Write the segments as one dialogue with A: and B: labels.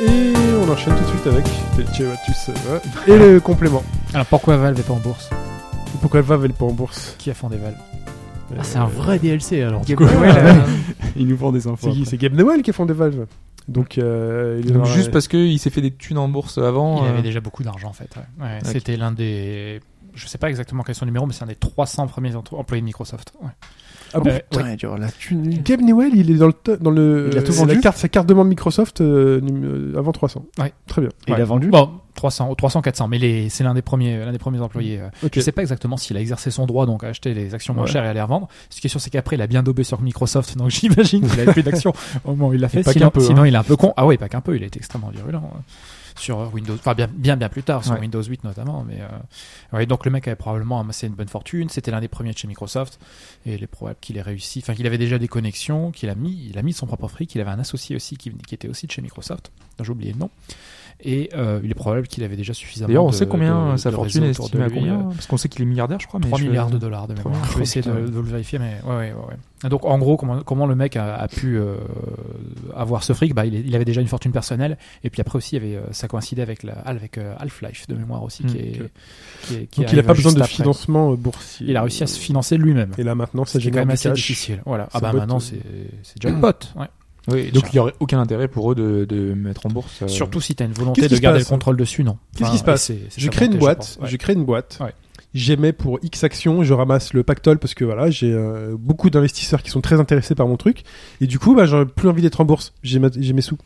A: Et on enchaîne tout de suite avec Tchèvatus euh, et le complément.
B: Alors pourquoi Valve est pas en bourse
A: Pourquoi Valve est pas en bourse Euh,
B: Qui a fondé Valve
C: Ah, c'est un vrai DLC alors.
B: Game
C: du coup.
B: Boy, là.
D: Il nous vend des infos.
A: C'est qui C'est Gabe Newell qui a fondé Valve. Donc, euh, il
D: Donc
A: aura-
D: juste parce qu'il s'est fait des thunes en bourse avant.
B: Il
D: euh,
B: avait déjà beaucoup d'argent en fait. ouais. Ouais,
D: Ok.
B: C'était l'un des. Je sais pas exactement quel est son numéro, mais c'est un des 300 premiers entre- employés de Microsoft. Ouais.
A: Ah bon
B: Euh, ouais.
C: Putain, il doit avoir la thune. lui.
A: Gabe Newell, il est dans le, to- dans le euh,
C: Il a tout
A: la
C: vendu
A: carte, sa carte de membre Microsoft euh, num- euh, avant 300.
B: Ouais.
A: Très bien.
C: Il a vendu
B: Bon, 300, ou 300, 400, mais les- c'est l'un des premiers, l'un des premiers employés. euh.
A: Ok.
B: Je sais pas exactement s'il a exercé son droit donc à acheter les actions moins
C: Ouais.
B: chères et à les revendre. Ce qui est sûr, c'est qu'après, il a bien dobé sur Microsoft, donc j'imagine qu'il avait plus d'actions au moment où il l'a fait.
A: pas
B: sinon,
A: qu'un peu,
D: hein.
B: sinon, il est un peu con. Ah oui, pas qu'un peu. Il a été extrêmement virulent euh, sur euh, Windows. Enfin, bien, bien, bien plus tard sur
D: Ouais.
B: Windows 8 notamment. Mais euh, ouais, donc le mec avait probablement amassé une bonne fortune. C'était l'un des premiers de chez Microsoft et il est probable qu'il ait réussi. Enfin, qu'il avait déjà des connexions, qu'il a mis, il a mis de son propre fric. Il avait un associé aussi qui, venait- qui était aussi de chez Microsoft. J'ai oublié le nom. Et euh, il est probable qu'il avait déjà suffisamment.
D: D'ailleurs, on
B: de-
D: sait combien
B: de-
D: sa
B: de
D: fortune
B: réseaux
D: est
B: autour
D: estimée
B: de
D: à
B: lui,
D: combien
B: euh,
D: Parce qu'on sait qu'il est milliardaire, je crois. Mais
B: 3
D: je-
B: milliards de dollars de mémoire. Je vais essayer de,
D: putain.
B: de le vérifier, mais ouais, ouais, ouais, ouais. Donc, en gros, comment, comment le mec a, a pu euh, avoir ce fric bah, il, est- il avait déjà une fortune personnelle, et puis après aussi, il y avait, euh, ça coïncidait avec, la, avec euh, Half-Life de mémoire aussi, qui,
D: Mm,
B: est,
A: Hmm, ok.
B: qui est- qui
A: Donc il n'a
B: arrive
A: pas besoin
B: juste
A: de
B: après.
A: financement euh, boursier.
B: Il a réussi à se financer lui-même.
A: Et là maintenant, ça
B: C'est quand
A: génère
B: même
A: du
B: assez
A: cash.
B: difficile. Voilà.
A: Ça
B: Ah
A: euh,
B: bah
A: botte.
B: maintenant, c'est c'est jackpot. Ouais.
D: Oui, donc il n'y aurait aucun intérêt pour eux de, de mettre en bourse. euh,
B: Surtout si tu as une volonté
A: Qu'est-ce qui
B: de
A: se
B: garder le
A: passe
B: contrôle dessus, non
A: Qu'est-ce qui se passe
B: et c'est- c'est
A: Je
B: sa
A: crée une
B: volonté, je
A: boîte,
B: pense. Ouais.
A: je crée une boîte.
B: Ouais.
A: J'émets pour X actions, je ramasse le pactole parce que voilà, j'ai euh, beaucoup d'investisseurs qui sont très intéressés par mon truc. Et du coup, bah, j'ai plus envie d'être en bourse. J'ai ma- j'ai mes sous.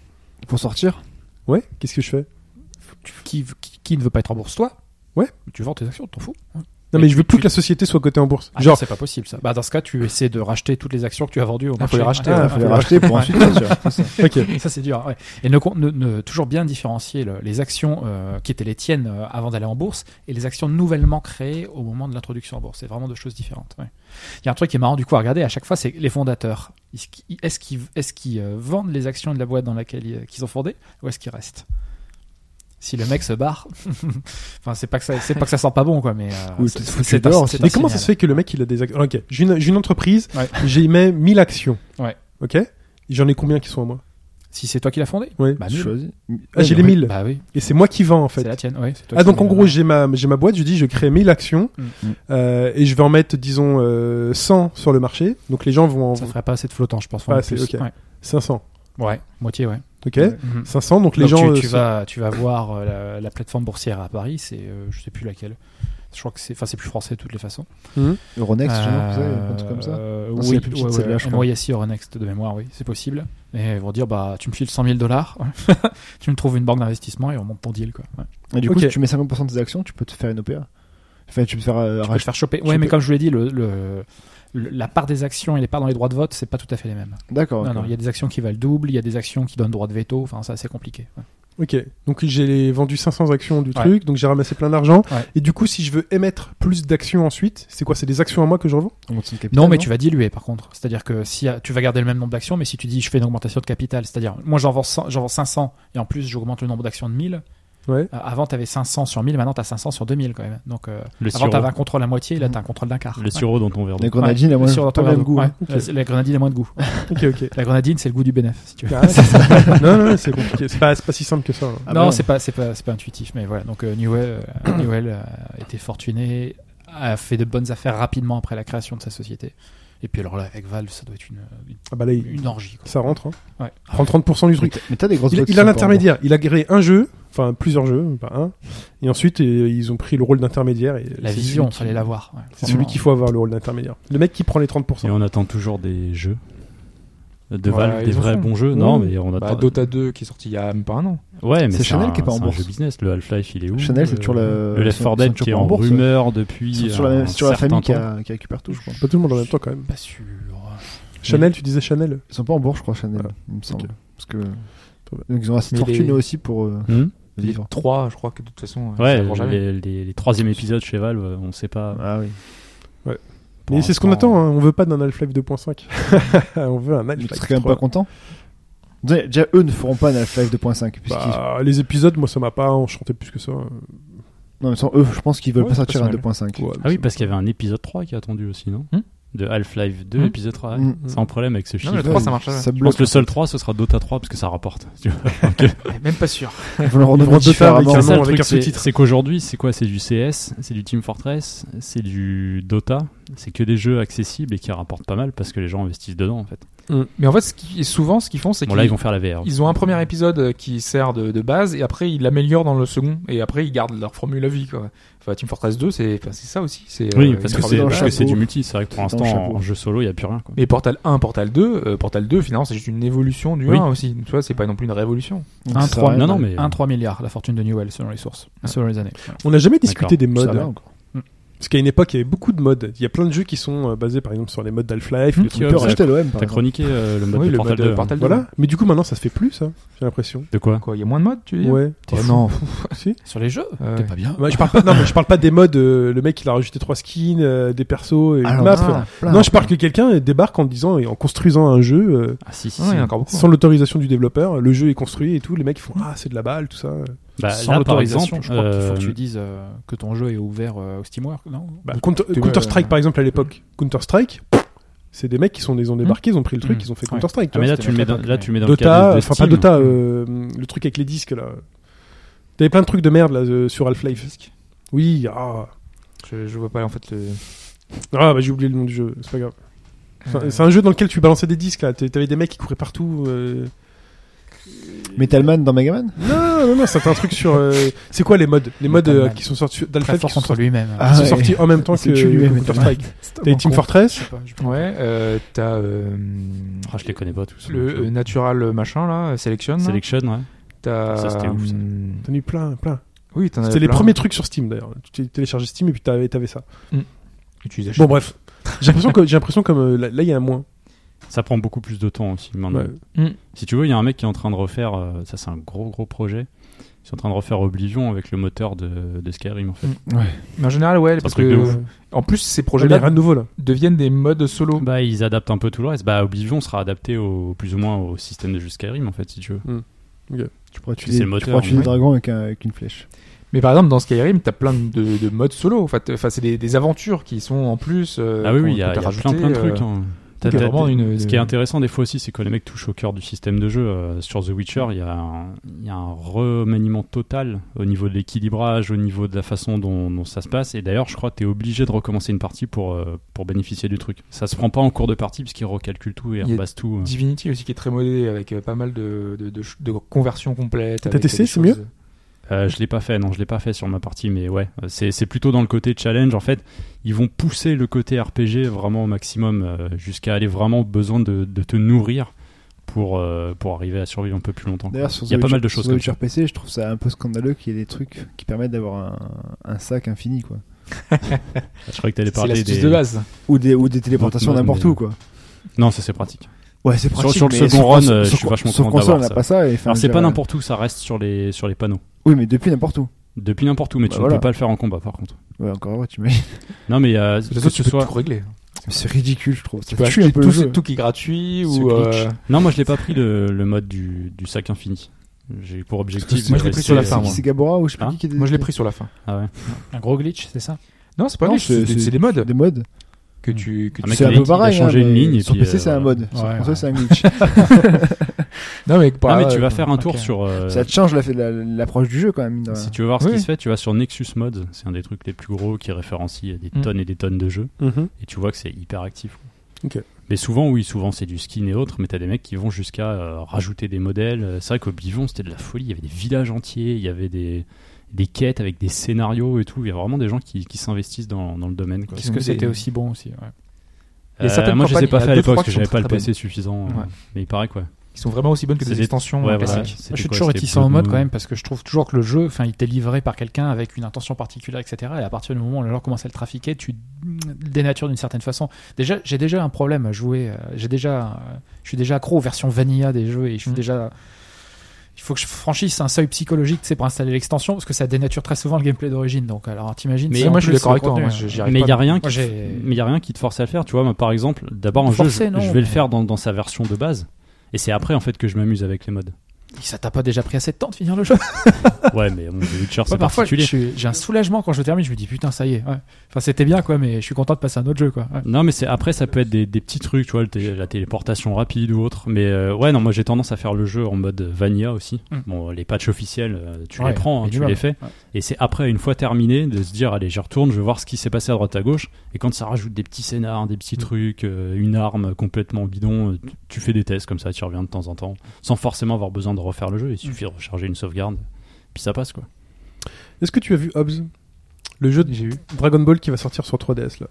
C: pour sortir.
A: Ouais, qu'est-ce que je fais
B: Qui, qui- qui ne veut pas être en bourse, toi
A: Ouais.
B: Tu vends tes actions, t'en fous.
A: Non,
B: Et
A: mais, je
B: tu-
A: veux plus
B: tu-
A: que la société soit cotée en bourse.
B: Ah, non,
A: Genre,
B: c'est pas possible ça. Bah dans ce cas, tu essaies de racheter toutes les actions que tu as vendues au
D: Ah,
B: marché.
D: faut les racheter,
B: Ah,
A: ouais,
B: ah,
C: Il
A: faut
B: faut
C: fallait
B: les
C: racheter pour ensuite sortir.
A: ok.
B: racheter. Ça c'est dur. ouais. Et ne, con- ne- ne- toujours bien différencier le- les actions euh, qui étaient les tiennes euh, avant d'aller en bourse et les actions nouvellement créées au moment de l'introduction en bourse. C'est vraiment deux choses différentes. ouais. Il y a un truc qui est marrant du coup à regarder à chaque fois, c'est les fondateurs. Est-ce qu'ils- Est-ce qu'ils est-ce qu'ils, euh, vendent les actions de la boîte dans laquelle ils- qu'ils ont fondé ou est-ce qu'ils restent si le mec se barre, enfin c'est pas que ça, c'est pas que ça sent pas bon quoi, mais euh,
C: Ou
B: c'est-
C: peut-être foutu
B: c'est un-
C: dehors,
B: c'est
C: c'est
B: un
A: Mais comment ça
B: signal.
A: se fait que le mec il a des actions Ok, j'ai une, j'ai une entreprise,
B: Ouais.
A: j'ai mis 1000 actions.
B: Ouais.
A: Ok J'en ai combien qui sont à moi
B: Si c'est toi qui l'as fondé
A: Ouais.
B: Bah,
C: Tu
B: nul.
C: choisis.
A: Ah, j'ai les 1000.
B: Bah oui,
A: Et c'est moi qui vends en fait.
B: c'est la tienne. ouais, c'est toi
A: Ah
B: qui
A: donc en
B: l'as-
A: gros j'ai ma j'ai ma boîte, je dis je crée 1000 actions
B: Mm.
A: euh, et je vais en mettre disons euh, 100 sur le marché. Donc les gens vont en
B: Ça ferait pas assez de flottant, je pense.
A: Pas
B: en
A: assez,
B: plus.
A: Ah, ok.
B: Ouais.
A: 500.
B: Ouais, moitié, ouais. Mhm.
A: OK
C: Ouais.
A: 500 donc les
B: Donc
A: gens
B: tu,
A: euh,
B: tu
A: sont-
B: vas, tu vas voir euh, la, la plateforme boursière à Paris, c'est euh, je sais plus laquelle. Je crois que c'est, enfin c'est plus français de toutes les façons.
A: Hmm?
C: Euronext, je sais pas, vous savez,
B: Euh,
C: un truc comme ça.
B: euh,
C: Non, c'est
B: oui,
C: la plus
B: ouais,
C: petite, celle-là,
B: ouais,
C: je crois.
B: ouais, si, Euronext de mémoire, oui, c'est possible. Et ils vont dire bah tu me files 100 000 dollars, tu me trouves une banque d'investissement et on monte ton deal quoi. Ouais.
C: Et du coup,
A: ok.
C: si tu mets 50% de tes actions, tu peux te faire une OPA. Enfin, tu peux te faire euh,
B: Tu peux te
C: racheter.
B: faire choper.
C: tu
B: Ouais, mais
C: peux-
B: comme je vous l'ai dit, le, le- le- la part des actions et les parts dans les droits de vote, c'est pas tout à fait les mêmes.
C: D'accord.
B: Non,
C: ok.
B: non, il y a des actions qui valent double, il y a des actions qui donnent droit de veto. Enfin, ça, c'est compliqué. ouais.
A: OK. Donc j'ai les- vendu 500 actions du
B: Ouais.
A: truc, donc j'ai ramassé plein d'argent
B: Ouais.
A: et du coup si je veux émettre plus d'actions ensuite, c'est quoi C'est des actions à moi que je revends
C: On monte son capital,
B: Non, mais tu vas diluer par contre. C'est-à-dire que si euh, tu vas garder le même nombre d'actions, mais si tu dis je fais une augmentation de capital, c'est-à-dire moi j'en vends, 100 j'en vends 500 et en plus j'augmente le nombre d'actions de 1000.
A: Ouais.
B: Euh, avant t'avais 500 sur 1000, maintenant t'as 500 sur 2000 quand même. Donc euh,
E: Le
B: avant
E: sirop,
B: t'avais un contrôle à moitié, là t'as un contrôle d'un quart.
E: le sirop dont on verra.
C: Les grenadines, elles
B: Le
C: ont
B: sirop dans ton
C: Mmh. pas le
B: verre
C: même
B: d'eau.
C: goût.
B: Ouais.
C: hein.
A: Ok.
B: La- La grenadine a moins de goût.
A: OK, OK.
B: La grenadine c'est le goût du bénéf si tu veux.
A: Ah, c'est ça. non non, non, c'est compliqué, c'est pas c'est pas si simple que ça. hein.
C: Ah,
B: non,
C: merde.
B: c'est pas, c'est pas, c'est pas intuitif, mais voilà. Donc euh, Newell, euh, Newell euh, était fortuné, a fait de bonnes affaires rapidement après la création de sa société. Et puis alors là, avec Valve, ça doit être une,
A: Ah bah là il-
B: une orgie. Quoi.
A: ça rentre hein.
B: Ouais.
A: Prends 30% du
C: Mais
A: truc.
C: t'as- Mais t'as des grosses
A: Il,
C: boîtes qui
A: il a
C: sont pas en
A: l'intermédiaire. Il a créé un jeu, enfin plusieurs jeux, pas un. Et ensuite, euh, ils ont pris le rôle d'intermédiaire. et
B: La
A: c'est
B: vision,
A: celui qui-
B: fallait l'avoir. ouais.
A: C'est celui qu'il faut avoir le rôle d'intermédiaire. Le mec qui prend les 30%.
E: Et on attend toujours des jeux de
D: Ouais,
E: Valve, des
D: ils en
E: vrais
D: font.
E: bons jeux. Non,
D: Ouais.
E: mais on attend.
D: Bah, Dota 2 qui est sorti il y a même pas un an.
E: Ouais, mais
C: Mmh. C'est
E: c'est
C: Chanel
E: un-
C: qui est pas en
E: c'est un
C: bourse.
E: jeu business. Le Half-Life, il est où euh,
C: Chanel, c'est toujours le-
E: Le Left
C: ils
E: 4
C: sont
E: Dead
C: toujours
E: qui est
C: pas en
E: en
C: bourse,
E: rumeur
C: Ils
E: depuis. euh,
C: sont sur la,
E: un
C: même- sur la
E: certain
C: famille qui,
E: temps.
C: a- qui récupère tout, je crois.
A: Pas tout le monde en même temps quand même.
B: Pas sûr.
A: Chanel, tu disais Chanel.
C: Ils sont pas en bourse, je crois, Chanel,
A: Voilà.
C: il me semble.
A: Ok.
C: Parce que. Donc ils ont assez de
D: Mais
C: fortune
D: les-
C: eux aussi pour euh,
E: Hmm
D: Les
C: vivre.
D: trois, je crois que de toute façon. euh, ça
E: Ouais,
D: ne vend jamais.
E: les, les- les troisième épisodes chez Valve, on sait pas.
C: Ah oui.
E: Pour
A: Mais c'est ce qu'on
E: l'instant,
A: attend. hein. On veut pas d'un Half-Life 2.5. on veut un
C: Mais tu
A: Half-Life.
C: serais quand même
A: 3.
C: pas content Déjà, déjà, eux ne feront pas un Half-Life 2.5. puisqu'ils-
A: Bah, les épisodes, moi, ça m'a pas enchanté plus que ça.
C: Non, mais sans eux, je pense qu'ils veulent
D: Ouais,
C: pas
D: c'est
C: sortir
D: pas
C: un
D: si mal.
C: 2.5.
A: Ouais,
E: bah,
C: Hum.
E: Ah oui, parce qu'il y avait un épisode 3 qui est attendu aussi, non de Half-Life 2,
D: Mhm.
E: épisode 3.
B: bah,
E: ouais.
C: Mhm.
A: Mm.
E: C'est un problème avec ce chiffre.
D: Non, mais le 3, ça marche. ouais.
C: Ça
E: Je pense
C: bloque.
E: que le seul 3, ce sera Dota 3 parce que ça rapporte. tu vois.
D: Même pas sûr.
C: Ils vont le
A: Ils vont
C: renommer
A: te faire avec
C: différemment.
A: un
E: C'est ça,
A: nom,
E: le
A: avec
E: truc,
A: un
E: c'est-
A: sous-titre.
E: c'est qu'aujourd'hui, c'est quoi C'est du CS, c'est du Team Fortress, c'est du Dota. C'est que des jeux accessibles et qui rapportent pas mal parce que les gens investissent dedans en fait.
D: Mais en fait, ce qui- souvent, ce qu'ils font, c'est
E: Bon,
D: qu'ils
E: là, ils vont faire la VR.
D: ils ont un premier épisode euh, qui sert de, de base et après ils l'améliorent dans le second et après ils gardent leur formule à vie. Quoi. Enfin, Team Fortress 2, c'est enfin, c'est ça aussi. c'est, euh,
E: Oui, parce
D: une
E: que
C: dans
E: c'est
C: le
D: formule de
E: parce que
D: base.
E: c'est
C: chapeau.
E: du multi. C'est vrai que pour
C: Dans le
E: l'instant, en,
C: chapeau.
E: en jeu solo, il n'y a plus rien. Quoi.
D: Mais Portal 1, Portal 2, euh, Portal 2, finalement, c'est juste une évolution du
E: Oui.
D: 1 aussi. Tu vois, c'est pas non plus une révolution.
C: Donc,
B: Un
C: ça sert à
B: 3,
C: rien.
E: non, non, mais-
B: 1, 3 milliards, la fortune de Newell, selon les sources, selon les années. Voilà.
A: On n'a jamais discuté des
C: Ça sert à
E: euh,
C: rien,
A: modes.
C: quoi.
A: Parce qu'à une époque, il y avait beaucoup de modes. Il y a plein de jeux qui sont euh, basés, par exemple, sur les modes d'Half-Life.
E: Hmm.
A: les trucs
E: Ouais,
C: On
A: comme
C: peut
A: ça.
E: ouais.
C: racheter l'OM. par
E: T'as
C: exemple.
E: chroniqué euh, le mode
D: Oui,
E: de
D: le
E: Portal
D: mode,
E: 2.
D: euh,
E: ouais.
D: Portal 2.
A: Voilà. Mais du coup, maintenant, ça se fait plus, ça. J'ai l'impression.
E: De quoi
D: Quoi, il y a moins de modes, tu veux dire
A: Ouais.
D: Oh non.
A: Si.
B: Sur les jeux,
D: Ouais.
B: t'es pas bien.
A: Bah, je parle pas. Non, mais je parle pas des modes. euh, le mec, il a rajouté trois skins, euh, des persos, et
C: Ah,
A: une
C: non,
A: map.
C: plein, plein,
A: non, je
C: plein.
A: parle que quelqu'un débarque en disant et en construisant un jeu. euh,
E: Ah si, si.
D: Ouais,
E: si.
D: il y en a encore beaucoup.
A: sans l'autorisation du développeur, le jeu est construit et tout, les mecs ils font ah c'est de la balle tout ça.
E: Bah,
B: Sans
E: là, par
B: l'autorisation,
E: exemple,
B: je crois qu'il faut que
E: euh,
B: tu dises euh, que ton jeu est ouvert euh, au Steamwork, non euh,
A: Bah, Counter,
D: tu-
A: Counter
D: ouais,
A: Strike
D: ouais.
A: par exemple à l'époque, Counter Strike, c'est des mecs qui sont ils ont débarqué, ils ont pris le truc,
B: Mmh.
A: ils ont fait
B: Ouais.
A: Counter Strike.
E: ah, mais là,
B: c'était
E: tu le
B: la
E: mets dans,
B: claque,
E: là,
B: ouais.
E: tu le mets dans le
A: Dota,
E: cadre de
A: enfin pas
E: Steam. mm.
A: Dota, euh, le truc avec les disques là. T'avais plein de trucs de merde là euh, sur Half-Life. Oui, ah,
D: hein. Je, je vois pas en fait le.
A: Ah, bah j'ai oublié le nom du jeu, c'est pas grave. Enfin,
D: Euh,
A: C'est un jeu dans lequel tu balançais des disques là, T'es- t'avais des mecs qui couraient partout. euh,
C: Metalman dans Megaman
A: Non, non, non, c'était un truc sur. euh, C'est quoi les modes Les modes euh,
B: Metalman.
A: qui sont sortis
B: Très
A: d'Half-Life
B: fort
A: qui sont
B: contre lui-même.
C: Ah,
A: Ils sont
C: ouais.
A: sortis en même temps que
C: C'est tué lui-même,
A: Counter Strike. T'as Team Fortress.
D: Ouais, euh, t'as euh,
E: Ah, je les connais pas tous.
D: le euh, Natural machin là, Selection. là.
E: Selection, ouais.
D: T'as.
E: Ça, c'était ouf, ça.
D: hum,
A: T'en as eu plein, plein.
D: Oui, t'en avais
A: C'était les
D: plein.
A: premiers trucs sur Steam d'ailleurs. Tu t'es- téléchargeais Steam et puis t'avais, t'avais ça.
D: Et tu les achètes.
A: Bon bref. J'ai l'impression que j'ai l'impression comme euh, là là, il y a un moins.
E: Ça prend beaucoup plus de temps aussi maintenant.
A: Ouais.
D: Mm.
E: Si tu veux, il y a un mec qui est en train de refaire, euh, ça c'est un gros gros projet, ils sont en train de refaire Oblivion avec le moteur de, de Skyrim en
D: Mm.
E: fait.
D: Mais en général, ouais,
E: C'est un
D: parce que
E: truc de ouf.
D: euh, en plus ces
A: Projet Ah, il y a rien
D: projets-là
A: de nouveau là.
D: deviennent des modes solo.
E: Bah ils adaptent un peu tout le reste. Bah Oblivion sera adapté au, plus ou moins au système de jeu Skyrim en fait si tu veux.
C: Tu pourras tuer des-
E: C'est le
C: tu
E: moteur,
C: pourras tuer des
E: ouais.
C: dragons avec un- avec une flèche.
D: Mais par exemple, dans Skyrim, t'as plein de, de modes solo. En fait, enfin, c'est des, des aventures qui sont en plus. euh,
E: ah oui, oui,
D: qu'on-
E: il y
D: qu'on
E: a,
D: t'a
E: il y a
D: rajouté,
E: plein plein de
D: euh,
E: trucs. hein. T'as-
D: donc, il y a
E: t'as-
D: vraiment une-
E: Ce qui est intéressant des fois aussi, c'est que les mecs touchent au cœur du système de jeu. Euh, sur The Witcher, il y, a un- il y a un remaniement total au niveau de l'équilibrage, au niveau de la façon dont, dont ça se passe. Et d'ailleurs, je crois que tu es obligé de recommencer une partie pour, euh, pour bénéficier du truc. Ça se prend pas en cours de partie puisqu'ils recalculent tout et
D: Il y a
E: repassent tout. euh.
D: Divinity aussi qui est très modé avec euh, pas mal de, de, de, ch- de conversions complètes. avec
A: testé,
D: des
A: c'est
D: choses-
E: Euh, je l'ai pas fait, non, je l'ai pas fait sur ma partie, mais ouais, euh, c'est c'est plutôt dans le côté challenge. En fait, ils vont pousser le côté RPG vraiment au maximum euh, jusqu'à aller vraiment besoin de, de te nourrir pour, euh, pour arriver à survivre un peu plus longtemps. quoi.
C: D'ailleurs, sur
E: Il y a
C: The
E: pas
C: Witcher-
E: mal de choses
C: sur The
E: comme
C: Witcher
E: ça.
C: PC, je trouve ça un peu scandaleux qu'il y ait des trucs qui permettent d'avoir un, un sac infini, quoi.
E: Je croyais que t'allais
D: C'est
E: parler
D: l'astuce
E: des.
D: de base.
C: Ou des, ou des téléportations
E: D'autres modes,
C: n'importe
E: mais-
C: où, quoi.
E: Non, ça c'est pratique.
D: Ah,
C: Ouais, c'est
E: Sur-
C: pratique.
E: sur le
C: mais
E: second run,
C: cons-
E: euh, je suis
C: cons-
E: vachement
C: Sur
E: content
C: console, on
E: d'avoir
C: n'a
E: ça.
C: pas ça. Et, enfin,
E: Alors
C: je
E: c'est
C: veux
E: pas
C: dire,
E: n'importe où, ça reste sur les sur les panneaux.
C: Oui, mais depuis n'importe où.
E: Depuis n'importe où, mais
C: Bah
E: tu
C: voilà.
E: ne peux pas le faire en combat par contre.
C: Ouais, encore vrai, tu imagines.
E: Non, mais euh, que
D: Les autres,
E: ce
D: tu peux
E: soit-
D: tout régler.
C: C'est ridicule, je trouve. Ça
D: Tu peux
C: tue
D: acheter
C: un peu
D: tout,
C: le
D: c'est
C: jeu.
D: tout qui est gratuit
C: Ce
D: ou.
C: glitch.
D: euh,
E: Non, moi je l'ai pas pris le, le mode du, du sac infini. J'ai eu pour objectif. de
D: moi, je l'ai pris
E: rester,
D: sur la
E: euh,
D: fin, moi.
C: C'est Gabora ou je sais pas
E: Hein
C: qui qui est
D: Moi, je l'ai pris sur la fin.
E: Ah ouais.
B: Un gros glitch, c'est ça
D: Non, c'est pas
C: Non,
D: grave,
C: c'est-
D: c'est des-
C: c'est-
D: c'est des modes
C: des modes.
D: que tu. que
E: Un
D: tu-
E: mec,
C: C'est
E: il
C: un
E: a-
C: peu
E: il a
C: pareil.
E: changé
C: hein,
E: une
C: mais
E: ligne et
C: Sur
E: puis,
C: PC,
E: euh,
C: c'est un mode. Sur
B: Ouais,
C: console,
B: ouais.
C: c'est un glitch.
D: Non, mais bah,
E: Non,
D: pas-
E: mais tu vas faire un tour
B: ok.
E: sur. euh,
C: Ça te change la- la- l'approche du jeu, quand même. mine de rien.
E: Si tu veux voir ce
D: Oui.
E: qui se fait, tu vas sur Nexus Mods. C'est un des trucs les plus gros qui référencie des
D: Mm.
E: tonnes et des tonnes de jeux.
A: Mhm.
E: Et tu vois que c'est hyper actif. quoi.
A: Ok.
E: Mais souvent, oui, souvent c'est du skin et autres. Mais t'as des mecs qui vont jusqu'à euh, rajouter des modèles. Euh, C'est vrai qu'Oblivion, c'était de la folie. Il y avait des villages entiers. Il y avait des, des quêtes avec des scénarios et tout. Il y a vraiment des gens qui, qui s'investissent dans, dans le domaine. Quoi. Euh,
D: Qui
B: Est-ce que
D: Des-
B: c'était aussi bon aussi ouais.
D: Il y a certaines
E: moi, je les ai
D: campagnes,
E: pas
D: il y a
E: fait à
D: deux, trois
E: l'époque parce
D: qui
E: que j'avais
D: sont
E: pas le
D: très
E: PC suffisant. euh,
D: Ouais.
E: Mais il paraît quoi.
D: Qui sont vraiment aussi bonnes que
E: C'est
D: des
E: des-
D: extensions
E: Ouais,
D: euh,
E: voilà.
D: classiques.
E: C'était
B: Moi, je suis
E: quoi,
B: toujours
E: c'était
B: réticent au
E: Blood
B: mode
E: Moon.
B: quand même parce que je trouve toujours que le jeu, enfin, il t'est livré par quelqu'un avec une intention particulière, etc. Et à partir du moment où le joueur commence à le trafiquer, tu le dénatures d'une certaine façon. Déjà, j'ai déjà un problème à jouer. euh, J'ai déjà, euh, je suis déjà accro aux versions vanilla des jeux et je suis
D: Mm.
B: déjà. Il faut que je franchisse un seuil psychologique, c'est pour installer l'extension parce que ça dénature très souvent le gameplay d'origine. Donc, alors t'imagines.
E: Mais
B: ça,
D: Mais
B: en
D: moi, je suis
B: plus, le
D: d'accord avec toi.
B: contenu,
D: moi,
B: euh,
D: je- j'y arrive
E: Mais il
D: pas.
E: n'y a rien
B: Moi,
E: qui,
B: j'ai-
E: mais y a rien qui te force à le faire. Tu vois, moi, par exemple, d'abord en jeu,
B: Forcer,
E: je,
B: non,
E: je vais le
B: mais-
E: faire dans, dans sa version de base, et c'est après en fait que je m'amuse avec les modes.
B: Ça t'a pas déjà pris assez de temps de finir le jeu
E: Ouais, mais bon, The Witcher, c'est
B: Ouais, Parfois, je
E: particulier.
B: suis- j'ai un soulagement quand je termine. Je me dis putain, ça y est. ouais. Enfin, c'était bien quoi, mais je suis content de passer à un autre jeu quoi. Ouais.
E: Non, mais c'est après ça peut être des, des petits trucs, tu vois, le té- la téléportation rapide ou autre. Mais euh, ouais, non, moi j'ai tendance à faire le jeu en mode vanilla aussi.
B: Mm.
E: Bon, les patchs officiels, euh, tu
B: Ouais,
E: les prends, hein,
B: mais
E: tu
B: du mal.
E: les fais.
B: Ouais.
E: Et c'est après, une fois terminé, de se dire allez, j'y retourne, je vais voir ce qui s'est passé à droite à gauche. Et quand ça rajoute des petits scénars, des
B: Mm.
E: petits trucs, euh, une arme complètement bidon, euh, tu, tu fais des tests comme ça, tu y reviens de temps en temps, sans forcément avoir besoin de refaire le jeu.
B: Mm.
E: Il suffit de recharger une sauvegarde, puis ça passe quoi.
A: Est-ce que tu as vu Hobbs Le jeu de
D: J'ai eu.
A: Dragon Ball qui va sortir sur 3DS là.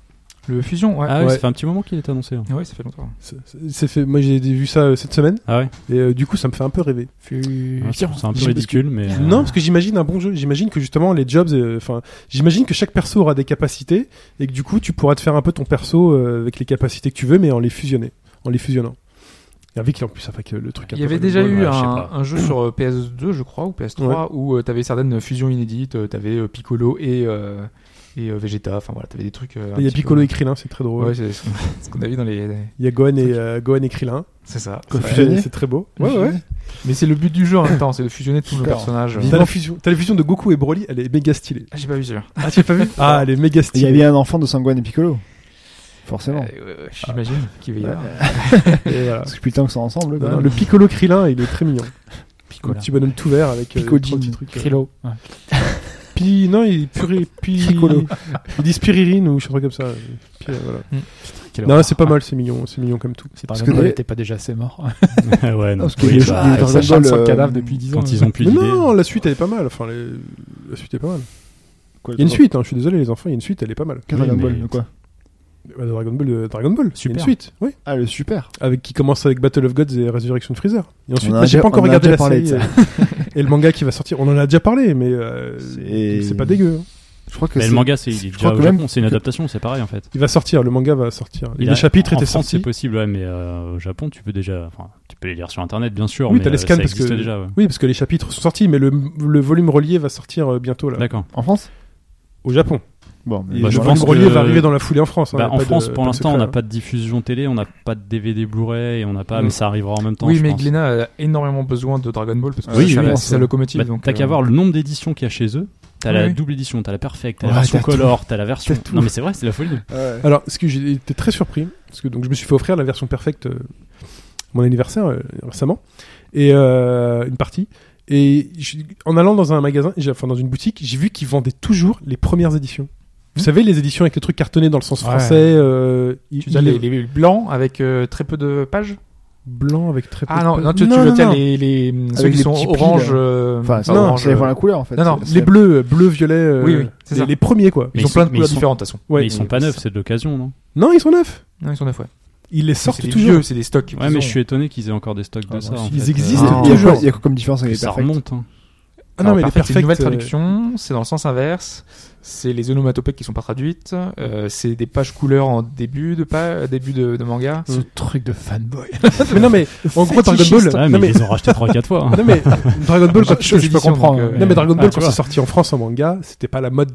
D: Le fusion, ouais.
E: Ah ouais,
A: ouais.
E: ça fait un petit moment qu'il est annoncé. hein.
D: Ouais, ça fait longtemps.
A: C'est- c'est- c'est fait- Moi j'ai vu ça euh, cette semaine
E: Ah ouais,
A: et euh, du coup ça me fait un peu rêver.
E: Ouais, c'est
B: Fusion.
E: c'est un peu
A: J'ai-
E: ridicule, mais. euh,
A: Non, parce que j'imagine un bon jeu. J'imagine que justement les jobs, euh, enfin, j'imagine que chaque perso aura des capacités et que du coup tu pourras te faire un peu ton perso euh, avec les capacités que tu veux, mais en les fusionner, en les fusionnant. Et avec en plus avec euh, le truc. un
D: Il y
A: peu
D: avait
A: Dragon
D: déjà
A: Ball,
D: eu
E: ouais,
D: un,
E: je sais pas.
D: un jeu sur euh, PS2, je crois, ou PS3, où tu avais certaines fusions inédites. euh, T'avais euh, Piccolo et, euh, et euh, Vegeta. Enfin voilà, t'avais des trucs. euh, un
A: Il y a
D: petit
A: Piccolo
D: peu-
A: et Krillin, c'est très drôle.
D: Ouais, c'est ce qu'on- ce qu'on a vu dans les. les-
A: Il y a Gohan et euh, Gohan et Krillin.
D: C'est ça.
A: C'est-
C: fusionné.
A: C'est très beau. Ouais, ouais.
D: Mais c'est le but du jeu en même temps, c'est de fusionner tous nos
C: Super.
D: personnages.
A: T'as la fusion, t'as la fusion de Goku et Broly, elle est méga stylée.
D: Ah, j'ai pas vu celui-là.
A: Ah, tu l'as pas vu Ah, elle est méga
C: Il y
A: stylée.
C: avait un enfant de Sanguan et Piccolo. Forcément.
D: Euh, ouais, ouais, J'imagine qu'il va y avoir.
A: Et voilà.
C: Parce que plus le temps que ça ensemble.
A: Non, non, le Piccolo Krillin, il est très mignon. Un
B: Picola.
A: petit bonhomme tout vert avec euh,
C: Piccolo.
A: trois petits trucs. euh,
B: Krilo. Ouais.
A: Puis non, il purée, puis
C: Piccolo.
A: Ils disent Spiririne ou je sais pas comme ça. Puis, euh, voilà.
B: Quelle
A: Non,
B: horreur.
A: c'est pas
B: Ouais.
A: mal, c'est mignon, c'est mignon comme tout.
B: C'est parce
C: Parce
B: que
C: que
B: n'était
C: des-
B: pas déjà assez mort.
E: ouais, non.
C: Parce que
E: Oui,
C: les-
E: bah,
C: les-
B: Ah,
C: Dragon
B: ça chante
C: Ball,
B: sur le
C: euh,
B: cadavre depuis 10 ans.
E: quand ils ont plus
A: Mais
E: d'idées.
A: non, la suite elle est pas mal. Enfin, les- la suite est pas mal. Il y a une suite, hein, je suis désolé les enfants, il y a une suite, elle est pas mal.
E: Oui,
C: Dragon
E: mais-
C: Ball, le quoi
A: Bah, Dragon Ball, euh, Dragon Ball, il y a une
E: Super.
A: suite, oui.
C: Ah, le super.
A: Avec qui commence avec Battle of Gods et Resurrection de Freezer. Et ensuite,
C: On a
A: bah, j'ai
C: déjà-
A: pas encore
C: on a
A: regardé
C: déjà
A: la
C: parlé
A: série
C: de
A: euh, et le manga qui va sortir. On en a déjà parlé, mais euh,
C: C'est-
A: c'est pas dégueu. hein.
C: Je crois que
E: Mais
C: c'est.
E: le manga, c'est il est
C: je
E: déjà
C: crois
E: au
C: que même
E: Japon, c'est une
C: que-
E: adaptation, c'est pareil en fait.
A: Il va sortir, le manga va sortir. Et
E: Il
A: les
E: a-
A: chapitres
E: en
A: étaient
E: France,
A: sortis.
E: c'est possible, ouais, mais euh, au Japon, tu peux déjà, enfin, tu peux les lire sur internet, bien sûr.
A: Oui,
E: mais,
A: t'as les
E: euh,
A: scans
E: ça
A: parce que-
E: existe déjà. ouais.
A: Oui, parce que les chapitres sont sortis, mais le, le volume relié va sortir euh, bientôt là,
E: D'accord.
C: En France
A: au Japon.
C: Bon, mais
A: Et
E: Bah,
A: le
E: je
A: volume
E: pense
A: relié
E: que-
A: va arriver dans la foulée en France. hein,
E: Bah,
A: y a
E: en
A: pas de-
E: France, pour
A: pas de
E: l'instant, on
A: secret,
E: n'a
A: hein.
E: pas de diffusion télé, on n'a pas de DVD Blu-ray, on n'a pas,
D: Oui.
E: mais ça arrivera en même temps.
D: oui,
E: je
D: mais
E: pense.
D: Glénat a énormément besoin de Dragon Ball parce que
C: Oui,
D: c'est
C: oui,
D: la-
C: oui.
D: c'est la locomotive.
E: Bah,
D: donc,
E: t'as qu'à
D: euh,
E: voir le nombre d'éditions qu'il y a chez eux. T'as la
D: Oui.
E: double édition, t'as la perfecte, t'as la
C: Ouais,
E: version
C: t'as tout.
E: color, t'as la version.
C: T'as tout.
E: Non, mais c'est vrai, c'est la folie.
C: Ouais.
A: Alors, ce que j'ai été très surpris, parce que donc je me suis fait offrir la version perfecte euh, mon anniversaire euh, récemment, et euh, une partie. Et je- en allant dans un magasin, j'ai- enfin dans une boutique, j'ai vu qu'ils vendaient toujours les premières éditions. Vous
E: Hmm.
D: Mhm.
A: savez, les éditions avec les trucs cartonnés dans le sens
B: Ouais.
A: français, euh, ils-
D: Tu as
A: ils
D: les,
A: les-
D: les blancs avec euh, très peu de pages
A: blancs avec très peu
D: Ah
A: de
D: non,
A: pages.
D: non tu, tu veux dire les, les, ceux
C: Avec
D: qui
C: les
D: sont
C: petits plis,
D: orange.
C: là.
D: euh,
C: Enfin,
D: pas
C: c'est non,
D: orange,
C: c'est
D: euh,
C: voir la couleur en fait.
D: Non, non,
C: C'est-
A: les bleus, euh, bleu, violet, euh,
D: Oui, oui, c'est
A: les,
D: ça.
A: les premiers quoi.
E: Mais
D: Ils ont
E: ils
D: plein
E: sont-
D: de
E: mais
D: couleurs
E: ils sont-
D: différentes de toute façon.
A: Ouais.
E: mais ils sont pas neufs, c'est de l'occasion, non
A: Non, ils sont neufs.
D: Non, ils sont neuf, ouais.
A: Ils les
D: C'est
A: sortent
D: des
A: toujours.
D: vieux, c'est des stocks. qu'ils
E: Ouais, mais
D: ont.
E: je suis étonné qu'ils aient encore des stocks de
C: Ah,
E: ça.
C: bah,
E: en
A: ils
E: fait.
A: existent
E: Euh,
C: Il y a
A: toujours.
C: quoi- il y a quoi comme différence avec les
E: Ça
C: perfects
E: remonte. hein.
A: Ah non, mais les
D: Perfect, c'est une
A: perfects.
D: nouvelle
A: euh,
D: traduction, c'est dans le sens inverse. C'est les onomatopées qui sont pas traduites. euh, c'est des pages couleurs en début de pas début de, de manga.
B: Mm.
A: Ce
B: truc de fanboy.
A: mais non, mais en gros, Dragon Ball.
B: Fétichiste.
E: Ouais,
A: non,
E: mais
A: mais,
E: ils les ont racheté 3-4 fois. hein.
A: non, mais Dragon Ball, quand-
B: Ah, je peux comprendre,
A: Non, mais Dragon Ball,
B: Ah, tu
A: quand
B: vois.
A: c'est sorti en France en manga, c'était pas la mode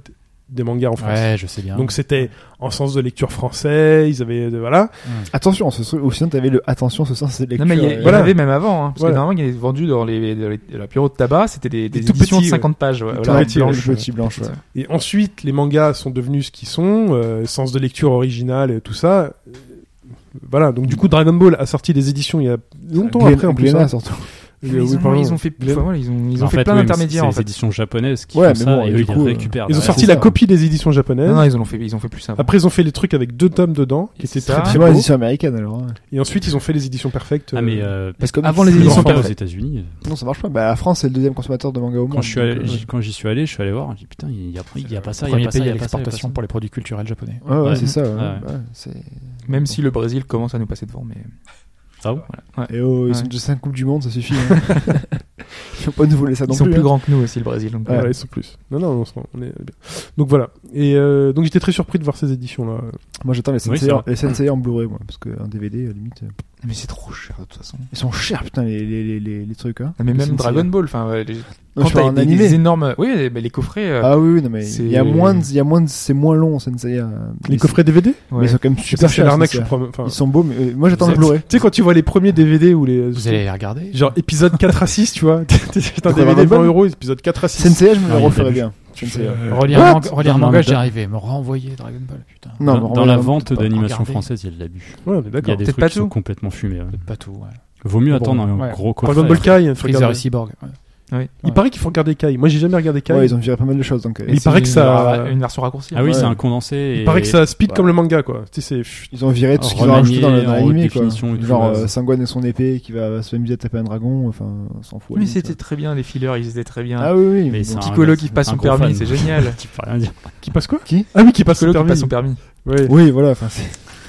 A: des mangas en France.
B: Ouais, je sais bien.
A: Donc c'était en sens de lecture français, ils avaient de- voilà.
C: Attention, ce serait- ou sinon t'avais le attention, ce sens c'est
D: Non
C: lecture.
D: mais il y, a-
C: euh,
D: il y
A: Voilà.
D: en avait même avant, hein, parce
A: Voilà.
D: que normalement il est vendu dans les, dans les- dans la bureau de tabac, c'était des, des,
A: Des tout
D: éditions
A: petits,
D: de 50 pages, ouais,
C: tout
D: voilà,
C: petit,
D: blanches,
C: le petit blanche,
D: euh,
C: ouais.
A: Et ensuite, les mangas sont devenus ce qu'ils sont, euh, sens de lecture originale et tout ça. Euh, Voilà, donc du coup Dragon Ball a sorti des éditions il y a longtemps
C: Glen-
A: après en plus.
C: Glénat,
A: hein.
C: surtout.
A: Euh,
D: Ils,
A: oui,
D: ont,
A: pardon.
D: ils ont fait,
A: Glen-
D: enfin, voilà, ils ont, ils ont
E: En
D: fait,
E: fait,
D: plein
E: oui, mais
D: d'intermédiaires
E: C'est
D: en
E: les
D: fait.
E: éditions japonaises qui
C: Ouais,
E: font
C: mais
E: ça
C: bon,
E: et
C: du
E: eux, ils les
C: coup, euh,
A: Ils
E: récupèrent.
A: ont
E: derrière.
A: sorti
C: c'est
A: la
C: ça.
A: copie des éditions japonaises.
D: Ah, Non, non, ils en ont fait, ils ont fait plus avant.
A: Après, ils ont fait les trucs avec deux tomes dedans, qui
D: C'est
A: étaient très
D: ça.
A: très
C: C'est moi
A: beaux.
C: l'édition américaine alors. hein.
A: Et ensuite, ils ont fait les éditions perfectes.
E: Ah, mais
A: euh,
E: euh,
C: Parce que
D: Avant les
E: plus
D: éditions
E: grand qu'aux
D: perfectes.
E: États-Unis.
C: Non, ça marche pas. Bah, la France c'est le deuxième consommateur de manga au monde.
E: Quand je suis allé-
C: donc, euh,
E: j'y- quand j'y suis allé, je suis allé voir. J'ai dit putain, il y a, il y a pas ça, il y
B: Premier
E: a pas ça,
B: pays
E: il y
B: à
E: a pas ça. il y a pas
B: l'exportation
E: ça.
B: pour les produits culturels japonais.
C: Ouais, ouais,
E: Ouais.
C: c'est ça. ouais.
E: Ouais.
C: Ouais, c'est-
D: Même si le Brésil commence à nous passer devant, mais
E: Ah bon
C: Et oh, ils
D: Ouais.
C: sont déjà 5 Coupes du Monde, ça suffit. hein. Ils faut pas nous voler ça non
D: ils sont
C: plus.
D: plus
C: hein.
D: grands que nous aussi le Brésil. donc,
A: voilà,
D: euh,
A: ils sont plus. Non, non, on, s'en- on est bien. Donc voilà. Et euh, donc j'étais très surpris de voir ces éditions-là.
C: Moi j'attends les
E: Oui,
C: Sensei
E: c'est vrai.
C: les Sensei en Blu-ray, moi, parce qu'un DVD, à la limite. euh,
D: Mais c'est trop cher de toute façon.
C: Ils sont chers, putain, les, les, les, les, les trucs. Hein.
D: Ah, Mais
C: Les
D: même
C: Sensei.
D: Dragon Ball, enfin, ouais, les...
C: Non,
D: quand
C: je parle
D: t'as
C: en
D: des,
C: animé.
D: des énormes. Oui, mais les coffrets. euh,
C: Ah oui, oui, non, mais
D: C'est-
C: il y a moins de. il Y a moins de c'est moins long, Sensei. euh,
A: Les
C: mais
A: coffrets DVD
C: c'est-
D: ouais.
C: Mais ils sont quand même
A: Putain,
C: super
A: c'est
C: chers.
A: l'arnaque, je
C: Sensei.
A: crois. même. Enfin,
C: Ils sont beaux, mais euh, moi j'attends
A: vous
C: le
A: êtes-
C: Blu-ray.
A: Tu sais, quand tu vois les premiers DVD ou les.
B: Vous allez les regarder
A: Genre épisode 4 à 6, tu vois. C'est un
C: Dragon
A: DVD 20
C: Ball
A: euros, épisode 4 à 6.
C: Sensei, je me
E: Ah, il y
C: le
E: a
C: referais
E: des-
C: bien.
A: Tu
C: Sensei,
A: fais,
C: ouais.
A: euh,
B: Relire
A: what
B: un manga- relire un
E: Non, mais
B: manga, j'y
E: t'as-
B: arrivais. Me renvoyer Dragon Ball, putain.
C: Non,
E: dans,
C: mais
E: dans la
C: vraiment,
E: vente
B: pas
E: d'animation
B: regarder.
E: française, il y a de l'abus.
A: Ouais, on est
E: Il y a
A: d'accord.
E: des
D: Peut-être
E: trucs
D: pas
E: qui sont
D: tout.
E: complètement fumés. ouais.
B: Pas tout, ouais.
E: Vaut mieux
B: Bon,
E: attendre un
B: ouais.
E: gros coffret.
A: Dragon Ball Kai, il faut
B: Freezer et
A: regarder.
B: Cyborg. ouais.
A: Il paraît qu'il faut regarder Kai. Moi, j'ai jamais regardé Kai.
C: Ouais, ils ont viré pas mal de choses donc. euh,
A: Mais il
D: c'est
A: paraît
D: une- euh,
A: que ça-
D: Une version raccourcie.
E: Ah oui,
C: Ouais.
E: c'est un condensé.
A: Il paraît que ça speed
C: Ouais.
A: comme le manga, quoi. Tu sais, c'est.
C: Ils ont viré tout ce qu'ils ont
E: Remanié,
C: rajouté dans le- dans
E: en
C: l'anime,
E: haute
C: quoi.
E: définition et tout,
C: Genre
E: ouais.
C: euh, Sangwan et son épée qui va se amuser à taper un dragon, enfin, on s'en fout. à la
D: Mais
C: limite,
D: c'était très bien, les fillers, ils étaient très
C: quoi.
D: bien.
C: Ah oui, oui.
E: Mais
C: mais
E: c'est
C: bon.
E: un-
D: Piccolo qui passe
E: un
D: son
E: gros
D: permis,
E: fan.
D: c'est génial.
E: Tu peux rien dire.
A: Qui passe quoi
C: Qui
A: Ah oui, qui passe le
D: Piccolo qui
A: permis.
D: passe son permis.
A: Ouais.
C: Oui, voilà, enfin, c'est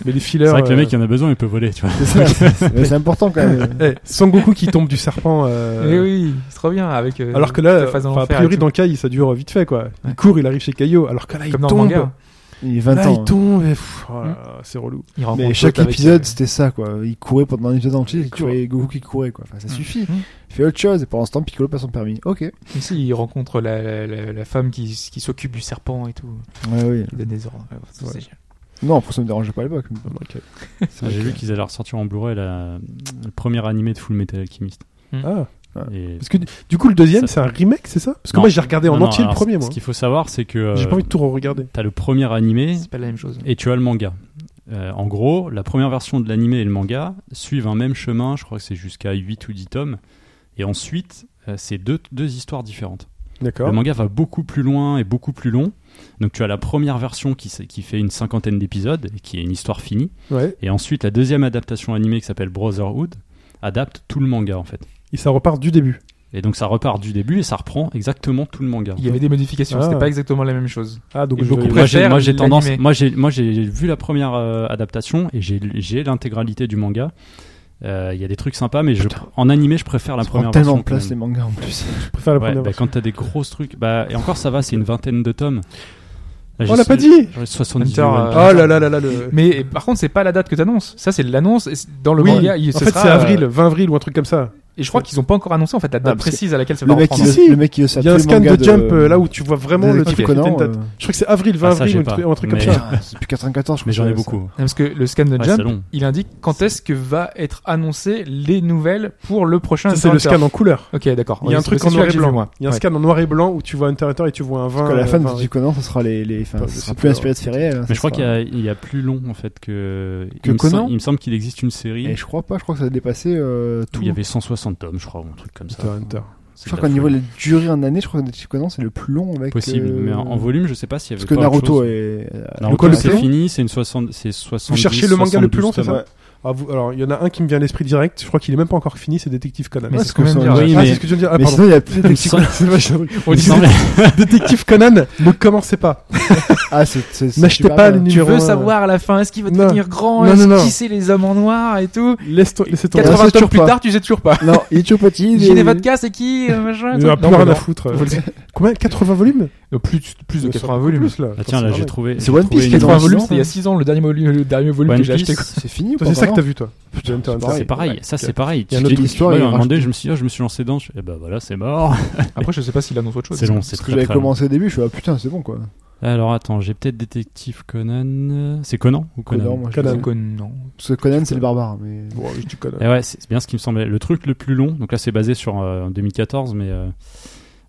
A: Mais les fillers.
E: C'est vrai que le mec,
A: euh,
E: il en a besoin, il peut voler, tu vois.
C: c'est ça. c'est- C'est important quand même.
A: eh, Son Goku qui tombe du serpent. euh,
D: Eh oui, c'est trop bien avec. euh,
A: Alors que
D: la
A: là,
D: phase en
A: enfin, a
D: enfer et
A: priori
D: tout.
A: dans Kai, ça dure vite fait quoi. Il
D: Ouais.
A: court, il arrive chez Caillot. Alors que là, il
D: comme dans le
A: tombe.
D: manga,
C: Il est 20
E: Ah,
A: là,
C: ans.
A: il
C: hein.
A: tombe. et pff, oh là là, C'est relou.
D: il rencontre
C: Mais chaque
D: l'autre avec,
C: épisode,
D: euh,
C: c'était ça, quoi. Il courait pendant un épisode entier,
A: Il
C: tu voyais Goku qui courait, quoi. Enfin, ça
E: Mmh.
C: suffit.
D: Mm.
C: Fais autre chose, et pendant ce temps, Piccolo passe son permis. Ok. Ouais,
D: Mais si, il rencontre la, la, la- la femme qui, qui s'occupe du serpent et tout.
C: oui.
D: Il donne des ordres. Ouais, c'est
A: Ouais.
D: génial.
C: Non, pour ça me dérangeait pas à l'époque.
A: Ah, ok.
C: C'est vrai
E: J'ai
C: que-
E: vu qu'ils allaient ressortir en Blu-ray la- le premier animé de Full Metal Alchemist.
A: Ah.
E: Et-
A: Parce que du- du coup, le deuxième,
E: Ça-
A: c'est un remake, c'est ça Parce que
E: Non.
A: moi, j'ai regardé en
E: Non, non,
A: entier
E: alors,
A: le premier,
E: ce-
A: moi.
E: Ce qu'il faut savoir, c'est que euh,
A: J'ai pas envie de tout regarder.
E: t'as le premier animé
D: C'est pas la même chose.
E: et tu as le manga. Euh, en gros, la première version de l'animé et le manga suivent un même chemin, je crois que c'est jusqu'à 8 ou 10 tomes. Et ensuite, euh, c'est deux, deux histoires différentes.
A: D'accord.
E: Le manga va beaucoup plus loin et beaucoup plus long. Donc tu as la première version qui, s- qui fait une cinquantaine d'épisodes et qui est une histoire finie.
A: Ouais.
E: Et ensuite, la deuxième adaptation animée qui s'appelle Brotherhood adapte tout le manga en fait.
A: Et ça repart du début.
E: Et donc ça repart du début et ça reprend exactement tout le manga.
D: Il y avait des modifications,
A: Ah.
D: c'était pas exactement la même chose.
A: Ah, donc
D: Et
A: je
D: beaucoup
A: vais-
D: plus-
E: Moi j'ai,
D: préfère
E: moi, j'ai tendance,
D: l'animé.
E: moi j'ai, moi j'ai vu la première euh, adaptation et j'ai, j'ai l'intégralité du manga. Euh, Il y a des trucs sympas, mais je, en animé je préfère la
C: Ça prend
E: première
C: tellement
E: version.
C: de place,
E: quand
C: les
E: même.
C: mangas, en plus.
A: je préfère la
E: Ouais,
A: première.
E: bah,
A: version.
E: quand t'as des grosses trucs, bah et encore ça va, c'est une vingtaine de tomes.
A: On
E: Là, j'ai-
A: l'a pas dit
E: j'aurais 78
D: Hunter,
E: ouais.
D: euh,
A: Oh là là là là. le-
D: Mais et par contre, c'est pas la date que t'annonces. Ça, c'est l'annonce. et c'est- Dans le
A: Oui,
D: manga, il-
A: en
D: ce
A: fait,
D: sera,
A: c'est
D: euh,
A: avril, 20 avril ou un truc comme ça.
D: Et je crois qu'ils ont pas encore annoncé en fait la
A: Ah,
D: date
C: parce que
D: précise à laquelle ça va
C: Le mec, il
D: reprendre.
A: il-
C: veut- le mec, il
A: Il y
C: veut
A: a
C: sortir
A: un
C: le
A: scan
C: manga
A: de Jump euh, là où tu vois vraiment
C: des
A: le
C: trucs
A: truc.
C: connards, euh,
A: Je crois que c'est avril, 20
E: Ah, ça,
A: avril
E: j'ai
A: ou un truc-
E: pas.
A: un truc comme
E: Mais-
A: ça.
C: Putain, c'est plus 94, je crois.
E: Mais j'en ai
C: ça,
E: beaucoup.
D: Non, Parce que le scan de
E: Ouais, c'est
D: Jump,
C: Ah,
E: long.
D: il indique quand est-ce que va être annoncé les nouvelles pour le prochain.
A: Ça, c'est le
D: Hunter.
A: scan en couleur.
D: Ok, d'accord.
A: Il y a
D: Ouais,
A: un
D: c'est-
A: truc
D: c'est
A: en noir
D: celui-là
A: et
D: que j'ai vu,
A: blanc.
D: moi.
A: Il y a un
D: Ouais.
A: scan en noir et blanc où tu vois Hunter Hunter et tu vois un
C: Parce
A: vin.
C: qu'à la
A: euh,
C: fin
A: vin-
C: de du Conan, ça sera les, les, enfin,
A: Pas-
C: ça
A: c'est
C: sera plus
A: pas-
C: inspiré de Ferrier. là, ça
E: Mais je crois
C: sera-
E: qu'il y a, il y a plus long en fait que.
C: Que
E: il, me sem-
C: Conan
E: il me semble qu'il existe une série
C: Et je crois pas, je crois que ça a dépassé euh,
E: où
C: tout.
E: il y avait 160 tomes, je crois, ou un truc comme ça.
A: Hunter Hunter.
E: C'est
C: Je
E: de
C: crois
E: la
C: qu'au niveau de
E: folie.
C: la durée en année, je crois que Detective Conan, c'est le plus long avec.
E: possible,
C: euh,
E: mais en, en volume, je sais pas s'il y avait
C: Parce que
E: pas autre chose.
C: Naruto est.
E: Naruto,
A: quoi, le
E: c'est
A: plus long
E: fini, c'est une 60, c'est 70.
A: Vous cherchez le manga le plus long, c'est
E: 72
A: ça Ah, vous- Alors, il y en a un qui me vient à l'esprit direct. Je crois qu'il est même pas encore fini. C'est Détective Conan.
D: Mais
C: Ouais,
D: c'est ce
C: parce
D: qu'on vient
C: que
D: de
C: ça-
D: dire.
E: Oui,
A: ah,
E: mais-
A: c'est ce que tu viens de dire. Ah,
C: Mais
A: pardon.
C: sinon, il y a plus de
A: Détective Conan, c'est vachement drôle.
E: tomes. Non, mais-
A: Détective Conan, ne commencez pas.
C: Ah, c'est- c'est. c'est
A: N'achetez
C: super
A: pas
C: bien.
A: les
D: Tu
A: numéros.
D: veux
A: un.
D: savoir à la fin est-ce qu'il va
A: euh, Non.
D: devenir grand,
A: Non, non, non.
D: est-ce qui c'est les hommes en noir et tout.
A: Laisse toi- Laissez tomber.
C: Quatre-
D: 80
C: c'est
D: tomes
C: toujours
D: plus
C: pas.
D: tard, tu sais toujours pas.
C: Non, il est toujours petit. il est-
D: JD24, c'est qui euh, machin,
A: Il en a
D: truc.
A: plus
D: Non,
A: rien
D: mais
A: à
D: non.
A: foutre.
D: Faut le dire.
A: Combien 80 volumes
D: Euh, Plus plus de
A: Mais
D: 80
A: c'est
D: volumes.
A: Plus, là.
E: Ah, tiens, là, j'ai trouvé.
C: C'est
E: j'ai
C: One
E: trouvé
C: Piece
E: une-
C: qui est dans
D: 80
C: One
D: volumes,
C: Piece,
D: c'était il y a 6 ans le dernier volume, le dernier volume
E: One
D: que j'ai
E: Piece,
D: acheté. quoi.
C: C'est fini ou
A: Toi,
C: pas
A: C'est ça que
C: vraiment
A: t'as vu, toi.
C: Putain,
A: Hunter,
C: c'est
A: Hunter.
E: C'est
C: pareil.
E: pareil,
A: Ouais.
E: ça c'est pareil.
A: Il y a
E: Tu
A: une
E: te
A: autre
E: dis,
C: histoire,
E: ouais,
C: il
E: à un moment
C: rajoute-
E: donné, je me suis dit, ah, je me suis lancé dedans. je- Eh ben voilà, c'est mort.
D: Après, je sais pas s'il annonce autre chose.
E: C'est long, c'est
C: Parce que
E: très
C: j'avais
E: très long.
C: commencé au début, je suis ah putain, c'est bon quoi.
E: Alors attends, j'ai peut-être détective Conan. euh, C'est Conan ou
C: Conan,
E: Conan
C: moi, je
A: Conan.
C: sais pas.
D: Donc, euh, non.
C: Parce que Conan, c'est le barbare. Mais...
A: Bon, tu connais.
E: Eh ouais, c'est c'est bien ce qui me semblait. Le truc le plus long, donc là c'est basé sur euh, 2014, mais euh,